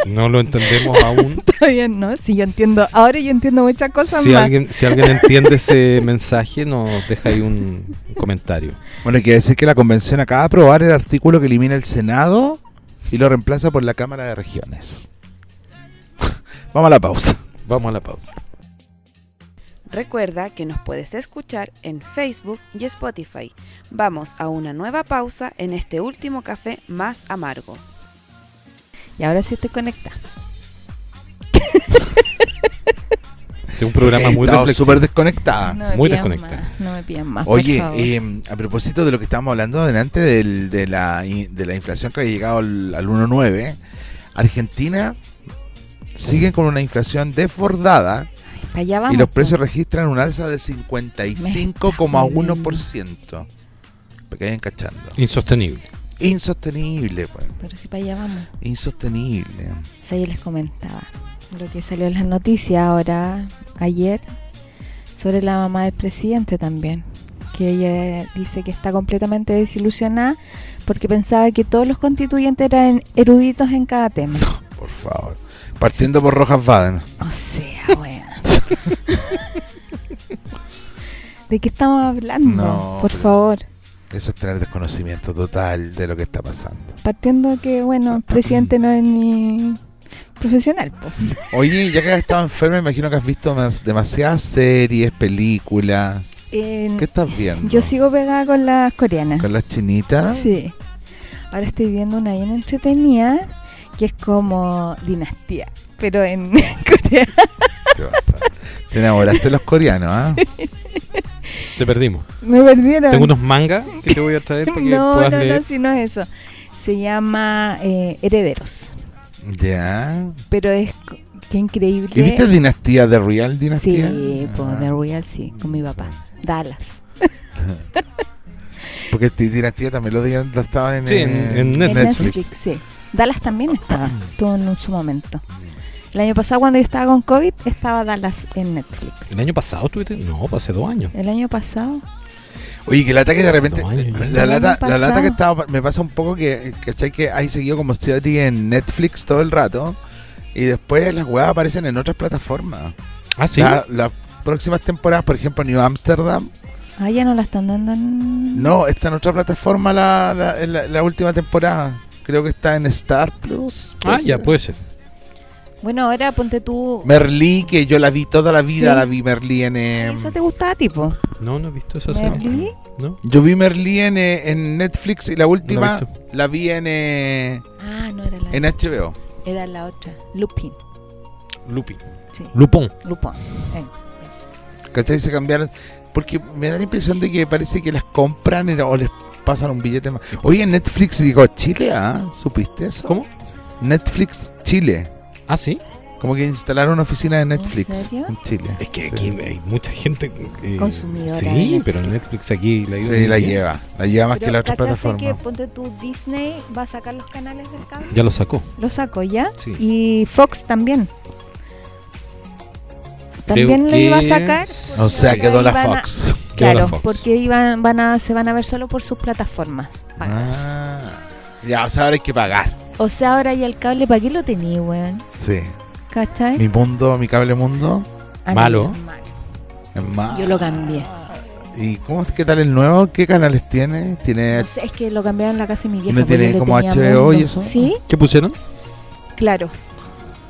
[SPEAKER 4] no lo entendemos aún.
[SPEAKER 3] Todavía no, sí, yo entiendo. Ahora yo entiendo muchas cosas
[SPEAKER 4] Si
[SPEAKER 3] más.
[SPEAKER 4] alguien, si alguien entiende ese mensaje, nos deja ahí un, un comentario.
[SPEAKER 2] Bueno, hay que decir que la convención acaba de aprobar el artículo que elimina el Senado y lo reemplaza por la Cámara de Regiones. Vamos a la pausa.
[SPEAKER 4] Vamos a la pausa.
[SPEAKER 1] Recuerda que nos puedes escuchar en Facebook y Spotify. Vamos a una nueva pausa en este último café más amargo.
[SPEAKER 3] Y ahora sí te conecta.
[SPEAKER 4] Este es un programa muy
[SPEAKER 2] Estaba
[SPEAKER 4] reflexivo.
[SPEAKER 2] súper Ah, desconectada.
[SPEAKER 3] No me
[SPEAKER 4] muy
[SPEAKER 3] pidan
[SPEAKER 4] desconectada.
[SPEAKER 3] más, No me pidan más.
[SPEAKER 2] Oye,
[SPEAKER 3] por favor.
[SPEAKER 2] eh, a propósito de lo que estábamos hablando delante del- de, la, in- de la inflación que ha llegado al, al 1.9, Argentina
[SPEAKER 4] Mm.
[SPEAKER 2] sigue con una inflación desbordada
[SPEAKER 3] Pa' allá
[SPEAKER 2] y
[SPEAKER 3] vamos, pues.
[SPEAKER 2] los
[SPEAKER 3] po.
[SPEAKER 2] precios registran un alza del 55,1%. Para que vayan cachando.
[SPEAKER 4] Insostenible.
[SPEAKER 2] Insostenible, pues.
[SPEAKER 3] Pero sí, para allá vamos.
[SPEAKER 2] Insostenible.
[SPEAKER 3] O sea, yo Pues les comentaba lo que salió en las noticias ahora, ayer, sobre la mamá del presidente también. Que ella dice que está completamente desilusionada porque pensaba que todos los constituyentes eran eruditos en cada tema.
[SPEAKER 2] Por favor. Partiendo por Rojas Baden.
[SPEAKER 3] O sea, weón. ¿De qué estamos hablando?
[SPEAKER 2] No,
[SPEAKER 3] Por
[SPEAKER 2] pero-
[SPEAKER 3] favor.
[SPEAKER 2] Eso es tener desconocimiento total de lo que está pasando.
[SPEAKER 3] Partiendo que, bueno, el presidente no es ni profesional, po.
[SPEAKER 2] Oye, ya que has estado enferma, imagino que has visto más- demasiadas series, películas.
[SPEAKER 3] Eh,
[SPEAKER 2] ¿Qué estás viendo?
[SPEAKER 3] yo sigo pegada con las coreanas.
[SPEAKER 2] ¿Con las chinitas?
[SPEAKER 3] Sí. Ahora estoy viendo una bien entretenida que es como Dinastía, pero en Corea.
[SPEAKER 2] Te vas a- Te enamoraste de los coreanos, ¿ah?
[SPEAKER 4] Te perdimos.
[SPEAKER 3] Me perdieron.
[SPEAKER 4] Tengo unos mangas que te voy a traer para que
[SPEAKER 3] no,
[SPEAKER 4] puedas
[SPEAKER 3] no,
[SPEAKER 4] leer.
[SPEAKER 3] no, si no es eso. Se llama eh, Herederos,
[SPEAKER 2] Ya.
[SPEAKER 3] pero es co- qué increíble.
[SPEAKER 2] ¿Y viste Dinastía, The Real Dinastía?
[SPEAKER 3] Sí, po,
[SPEAKER 2] Ah,
[SPEAKER 3] The Real sí, con mi papá. Dallas.
[SPEAKER 2] Porque ti- Dinastía también lo, dieron- lo estaban en,
[SPEAKER 4] Sí, en-
[SPEAKER 2] eh,
[SPEAKER 4] en Netflix. Ah.
[SPEAKER 3] sí. Dallas también estaba, estuvo en su momento. El año pasado cuando yo estaba con COVID estaba Dallas en Netflix.
[SPEAKER 4] ¿El año pasado estuviste? No, pues hace dos años.
[SPEAKER 3] El año pasado
[SPEAKER 2] Oye, que lata que de
[SPEAKER 4] Hace
[SPEAKER 2] repente.
[SPEAKER 4] dos años, ¿no?
[SPEAKER 2] La
[SPEAKER 3] El año
[SPEAKER 2] lata, la lata
[SPEAKER 3] pasado.
[SPEAKER 2] que estaba. Me pasa un poco que, ¿cachai? Que hay seguido como serie en Netflix todo el rato. Y después las weas aparecen en otras plataformas.
[SPEAKER 4] Ah, sí.
[SPEAKER 2] La- las próximas temporadas, por ejemplo, New Amsterdam,
[SPEAKER 3] Ah, ya no la están dando en...
[SPEAKER 2] No, está en otra plataforma la, la- en la- la última temporada. Creo que está en Star Plus.
[SPEAKER 4] Ah,
[SPEAKER 2] puede
[SPEAKER 4] ya
[SPEAKER 2] ser.
[SPEAKER 4] puede ser.
[SPEAKER 3] Bueno, ahora ponte tú...
[SPEAKER 2] Merlí, que yo la vi toda la vida,
[SPEAKER 3] Sí.
[SPEAKER 2] la vi Merlí en... eh,
[SPEAKER 3] ¿Esa te gustaba, tipo?
[SPEAKER 4] No, no he visto esa
[SPEAKER 3] ¿Merlí?
[SPEAKER 4] serie. ¿No?
[SPEAKER 2] yo vi Merlí en, eh, en Netflix y la última
[SPEAKER 4] No la
[SPEAKER 2] la vi en, eh,
[SPEAKER 3] Ah, no, era la,
[SPEAKER 2] en HBO.
[SPEAKER 3] era la otra. Lupin.
[SPEAKER 4] Lupin.
[SPEAKER 3] Sí,
[SPEAKER 2] Mm.
[SPEAKER 4] Lupón.
[SPEAKER 3] Lupin. Eh.
[SPEAKER 2] ¿Cachai? Se cambiaron. Porque me da la impresión de que parece que las compran era- o les pasan un billete más. Oye, Netflix llegó a Chile, ¿ah? ¿Supiste eso?
[SPEAKER 4] ¿Cómo?
[SPEAKER 2] Netflix Chile.
[SPEAKER 4] Ah, sí.
[SPEAKER 2] Como que instalaron una oficina de Netflix
[SPEAKER 3] serio?
[SPEAKER 2] en Chile.
[SPEAKER 4] Es que
[SPEAKER 2] Sí.
[SPEAKER 4] aquí hay mucha gente eh,
[SPEAKER 3] Consumidora de
[SPEAKER 4] Sí,
[SPEAKER 3] Netflix.
[SPEAKER 4] pero Netflix aquí la, ha ido
[SPEAKER 2] Sí, la
[SPEAKER 4] bien.
[SPEAKER 2] lleva. La lleva más que la otra
[SPEAKER 3] ¿cachaste
[SPEAKER 2] plataforma.
[SPEAKER 3] que ponte tú Disney va a sacar los canales del cable?
[SPEAKER 4] Ya lo sacó.
[SPEAKER 3] Lo saco ya.
[SPEAKER 4] Sí.
[SPEAKER 3] Y Fox también.
[SPEAKER 4] Creo
[SPEAKER 3] También lo
[SPEAKER 4] que-
[SPEAKER 3] iba a sacar.
[SPEAKER 4] O
[SPEAKER 2] O
[SPEAKER 3] porque
[SPEAKER 2] sea,
[SPEAKER 4] Sí.
[SPEAKER 2] quedó la
[SPEAKER 3] iban a-
[SPEAKER 2] Fox.
[SPEAKER 4] Quedó la
[SPEAKER 3] claro,
[SPEAKER 4] Fox.
[SPEAKER 3] porque iban, van a, se van a ver solo por sus plataformas. pagas.
[SPEAKER 2] Ah, ya, o sea, ahora hay que pagar.
[SPEAKER 3] O sea, ahora ya el cable, ¿para qué lo tenía, weón?
[SPEAKER 2] Sí.
[SPEAKER 3] ¿Eh? ¿Cachai?
[SPEAKER 2] Mi mundo, mi cable mundo.
[SPEAKER 3] Ah, no,
[SPEAKER 4] Malo.
[SPEAKER 3] malo.
[SPEAKER 2] Es más.
[SPEAKER 3] Yo lo cambié.
[SPEAKER 2] ¿Y cómo es- qué tal el nuevo? ¿Qué canales tiene? Tiene.
[SPEAKER 3] No sé, es que lo cambiaron en la casa de mi vieja.
[SPEAKER 2] ¿No
[SPEAKER 3] pues,
[SPEAKER 2] tiene
[SPEAKER 3] yo le
[SPEAKER 2] como
[SPEAKER 3] tenía
[SPEAKER 2] HBO y
[SPEAKER 3] mundo.
[SPEAKER 2] eso? Mm.
[SPEAKER 3] Sí,
[SPEAKER 4] ¿Qué pusieron?
[SPEAKER 3] claro.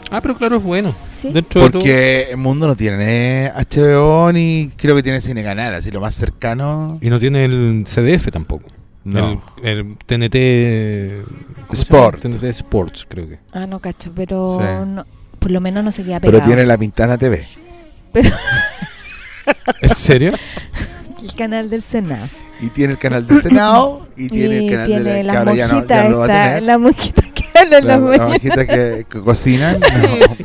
[SPEAKER 4] Ah, pero claro, es bueno.
[SPEAKER 3] Sí.
[SPEAKER 4] Dentro de todo-
[SPEAKER 2] Porque el mundo no tiene HBO ni creo que tiene cine canal, así lo más cercano.
[SPEAKER 4] Y no tiene el CDF tampoco.
[SPEAKER 2] No.
[SPEAKER 4] El, el TNT ¿cómo se
[SPEAKER 2] Sport.
[SPEAKER 4] llama? TNT Sports, creo que.
[SPEAKER 3] Ah, no, cacho, pero
[SPEAKER 2] Sí.
[SPEAKER 3] no- por lo menos no se queda pegado.
[SPEAKER 2] Pero tiene la Pintana TV.
[SPEAKER 4] ¿En serio?
[SPEAKER 3] el canal del Senado.
[SPEAKER 2] Y tiene el canal del Senado. Y tiene el
[SPEAKER 3] Y
[SPEAKER 2] canal de
[SPEAKER 3] tiene
[SPEAKER 2] la
[SPEAKER 3] la
[SPEAKER 2] ahora ya no- ya
[SPEAKER 3] monjita
[SPEAKER 2] no lo va a
[SPEAKER 3] esta,
[SPEAKER 2] tener.
[SPEAKER 3] la monjita que habla en
[SPEAKER 2] La,
[SPEAKER 3] las
[SPEAKER 2] la
[SPEAKER 3] mañanas.
[SPEAKER 2] hojita que, que cocinan. no.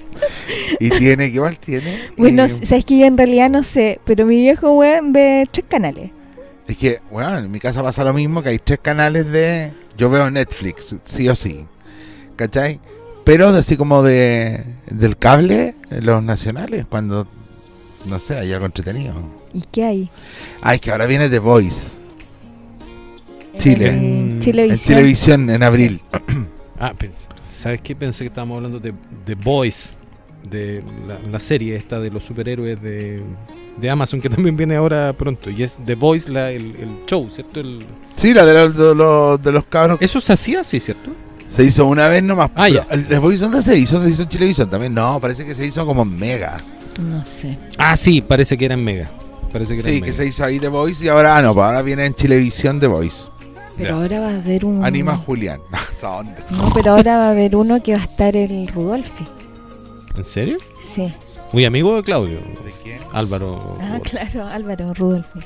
[SPEAKER 2] y tiene, ¿qué más tiene?
[SPEAKER 3] Bueno,
[SPEAKER 2] Eh,
[SPEAKER 3] sabes que yo en realidad no sé, pero mi viejo weón ve tres canales.
[SPEAKER 2] es que, bueno, en mi casa pasa lo mismo, que hay tres canales de... Yo veo Netflix, sí o sí. ¿Cachai? Pero de así como de del cable, eh, los nacionales, cuando, no sé, hay algo entretenido.
[SPEAKER 3] ¿Y qué hay?
[SPEAKER 2] Ay, que ahora viene The Voice, Chile.
[SPEAKER 3] En
[SPEAKER 4] Mm.
[SPEAKER 2] en
[SPEAKER 3] Eh, Chilevisión.
[SPEAKER 2] televisión, en abril.
[SPEAKER 4] Ah, pensé- ¿sabes qué? Pensé que estábamos hablando de The Boys, de la, la serie esta de los superhéroes de, de Amazon, que también viene ahora pronto. Y es The Boys, la, el, el show, ¿cierto? El-
[SPEAKER 2] Sí, la de los, de los, de los cabros.
[SPEAKER 4] Eso se hacía así, ¿cierto?
[SPEAKER 2] Se hizo una vez nomás.
[SPEAKER 4] Ah, ya.
[SPEAKER 2] Pero, ¿The Voice dónde se hizo? ¿Se hizo en televisión también? No, parece que se hizo como en Mega.
[SPEAKER 3] No sé.
[SPEAKER 4] Ah, sí, parece que era en Mega. Parece que era
[SPEAKER 2] Sí,
[SPEAKER 4] en
[SPEAKER 2] que
[SPEAKER 4] Mega.
[SPEAKER 2] se hizo ahí The Voice y ahora ah, no, pues ahora viene en Chilevisión The Voice.
[SPEAKER 3] Pero
[SPEAKER 4] Ya.
[SPEAKER 3] ahora va a haber un.
[SPEAKER 2] Anima Julián. ¿Hasta dónde?
[SPEAKER 3] No, pero ahora va a haber uno que va a estar el Rudolfi.
[SPEAKER 4] ¿En serio?
[SPEAKER 3] Sí.
[SPEAKER 4] Muy amigo de Claudio. Álvaro.
[SPEAKER 3] Ah, claro, Álvaro Rudolfi.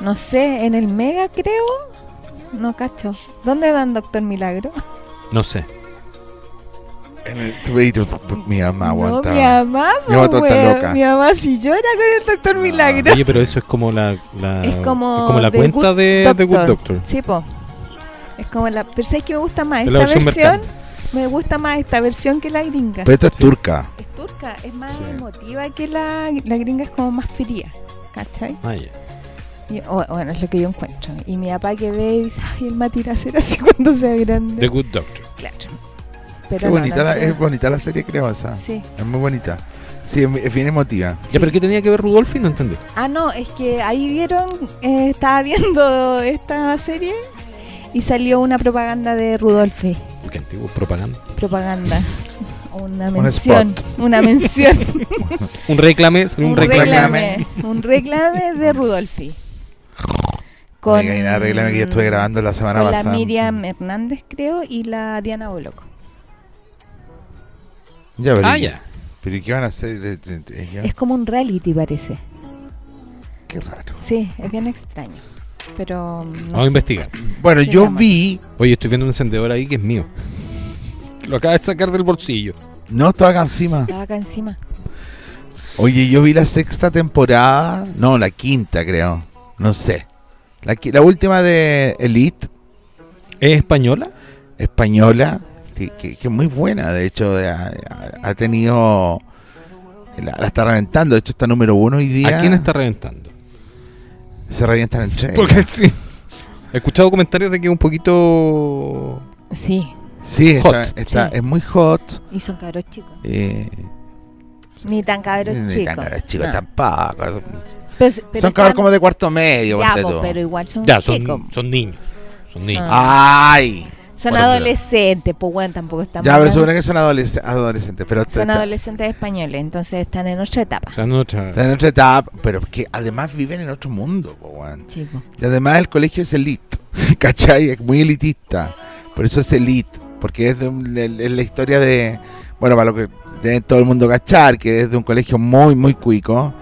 [SPEAKER 3] No sé, en el Mega creo. No cacho. ¿Dónde dan Doctor Milagro?
[SPEAKER 4] No sé.
[SPEAKER 2] En el Twitter, mi mamá
[SPEAKER 3] No, mi
[SPEAKER 2] aguanta.
[SPEAKER 3] mamá,
[SPEAKER 2] Mi mamá
[SPEAKER 3] po,
[SPEAKER 2] está
[SPEAKER 3] weón.
[SPEAKER 2] loca.
[SPEAKER 3] Mi mamá sí llora con el Doctor Milagro.
[SPEAKER 4] Ah, Oye, pero eso es como la, la-
[SPEAKER 3] Es como
[SPEAKER 4] la
[SPEAKER 3] The
[SPEAKER 4] cuenta
[SPEAKER 3] Good
[SPEAKER 4] de The Good
[SPEAKER 3] Doctor.
[SPEAKER 4] Doctor.
[SPEAKER 3] Sí, po. Es como la... Pero sabes que me gusta más
[SPEAKER 4] Es
[SPEAKER 3] esta
[SPEAKER 4] la versión
[SPEAKER 3] versión.
[SPEAKER 4] mercante.
[SPEAKER 3] Me gusta más esta versión que la gringa.
[SPEAKER 2] Pero esta es turca.
[SPEAKER 3] es turca, es más
[SPEAKER 4] Sí.
[SPEAKER 3] emotiva que la, la gringa, es como más fría. ¿Cachai?
[SPEAKER 4] Ah, ya.
[SPEAKER 3] Y- o- bueno, es lo que yo encuentro. Y mi papá que ve y dice, ay, él va a tirar a ser así cuando sea grande.
[SPEAKER 4] The Good Doctor.
[SPEAKER 3] Claro. Pero
[SPEAKER 2] Qué
[SPEAKER 3] no,
[SPEAKER 2] bonita
[SPEAKER 3] no
[SPEAKER 2] la-
[SPEAKER 3] creo.
[SPEAKER 2] es bonita la serie, creo, esa.
[SPEAKER 3] Sí.
[SPEAKER 2] Es muy bonita. Sí, es, es bien emotiva.
[SPEAKER 4] Ya, pero ¿qué tenía que ver Rudolfi? No entendí.
[SPEAKER 3] Ah, no, es que ahí vieron, eh, estaba viendo esta serie y salió una propaganda de Rudolfi.
[SPEAKER 4] Qué antiguo, propaganda.
[SPEAKER 3] Propaganda. Una
[SPEAKER 2] Un
[SPEAKER 3] mención. Una mención.
[SPEAKER 4] Un reclame, un,
[SPEAKER 3] un
[SPEAKER 4] reclame.
[SPEAKER 3] reclame. Un reclame de Rudolfi.
[SPEAKER 2] Con, Hay una regla que yo estuve grabando la semana
[SPEAKER 3] con la
[SPEAKER 2] pasada.
[SPEAKER 3] Miriam Hernández, creo, y la Diana Boloco.
[SPEAKER 2] Ya, pero,
[SPEAKER 4] Ah, ya.
[SPEAKER 2] Pero ¿y qué van a hacer? Eh, eh, eh, ya.
[SPEAKER 3] Es como un reality, parece.
[SPEAKER 2] Qué raro.
[SPEAKER 3] Sí, es bien extraño. Pero.
[SPEAKER 5] mm,
[SPEAKER 3] no
[SPEAKER 4] Vamos a
[SPEAKER 3] sé.
[SPEAKER 4] investigar.
[SPEAKER 2] Bueno,
[SPEAKER 3] Se
[SPEAKER 2] yo
[SPEAKER 3] llama.
[SPEAKER 2] vi.
[SPEAKER 4] Oye, estoy viendo un encendedor ahí que es mío. Lo acaba de sacar del bolsillo.
[SPEAKER 2] No, estaba acá encima.
[SPEAKER 3] Estaba acá encima.
[SPEAKER 2] Oye, yo vi la sexta temporada, no, la quinta creo, no sé. La, qui- la última de Elite,
[SPEAKER 4] ¿Es española?
[SPEAKER 2] española, que, que- que es muy buena, de hecho, de- ha, ha- ha tenido... La, la está reventando, de hecho está número uno hoy día.
[SPEAKER 4] ¿A quién está reventando?
[SPEAKER 2] Se revientan entre
[SPEAKER 4] Porque
[SPEAKER 2] ellas.
[SPEAKER 4] sí. He escuchado comentarios de que es un poquito.
[SPEAKER 3] Sí,
[SPEAKER 2] Sí, está,
[SPEAKER 4] Hot.
[SPEAKER 2] está-
[SPEAKER 3] Sí.
[SPEAKER 2] es muy hot.
[SPEAKER 3] y son cabros chicos.
[SPEAKER 2] Eh,
[SPEAKER 3] Ni tan cabros
[SPEAKER 2] ni
[SPEAKER 3] chicos.
[SPEAKER 2] tan- los chicos
[SPEAKER 3] No.
[SPEAKER 2] tampoco.
[SPEAKER 5] Pero, s- pero
[SPEAKER 2] son cabros
[SPEAKER 5] están-
[SPEAKER 2] como de cuarto medio,
[SPEAKER 5] Ya,
[SPEAKER 2] ponte
[SPEAKER 5] po,
[SPEAKER 2] tú.
[SPEAKER 5] pero igual son
[SPEAKER 4] Ya, son,
[SPEAKER 5] chicos.
[SPEAKER 4] son niños. Son niños.
[SPEAKER 5] Ah.
[SPEAKER 2] Ay.
[SPEAKER 5] Son
[SPEAKER 4] Bueno,
[SPEAKER 5] adolescentes, pues bueno, tampoco están
[SPEAKER 2] Ya, pero
[SPEAKER 5] mandando-
[SPEAKER 2] supone que son adolesc- adolescentes. Pero
[SPEAKER 5] son
[SPEAKER 2] está-
[SPEAKER 5] adolescentes españoles, entonces están en otra etapa.
[SPEAKER 4] Están en otra-
[SPEAKER 2] Están en otra etapa, pero que además viven en otro mundo, po, weón.
[SPEAKER 5] Chico.
[SPEAKER 2] Y además el colegio es elite, ¿cachai? Es muy elitista. Por eso es elite, porque es, de un- de- de la historia de, bueno, para lo que debe todo el mundo cachar, que es de un colegio muy, muy cuico,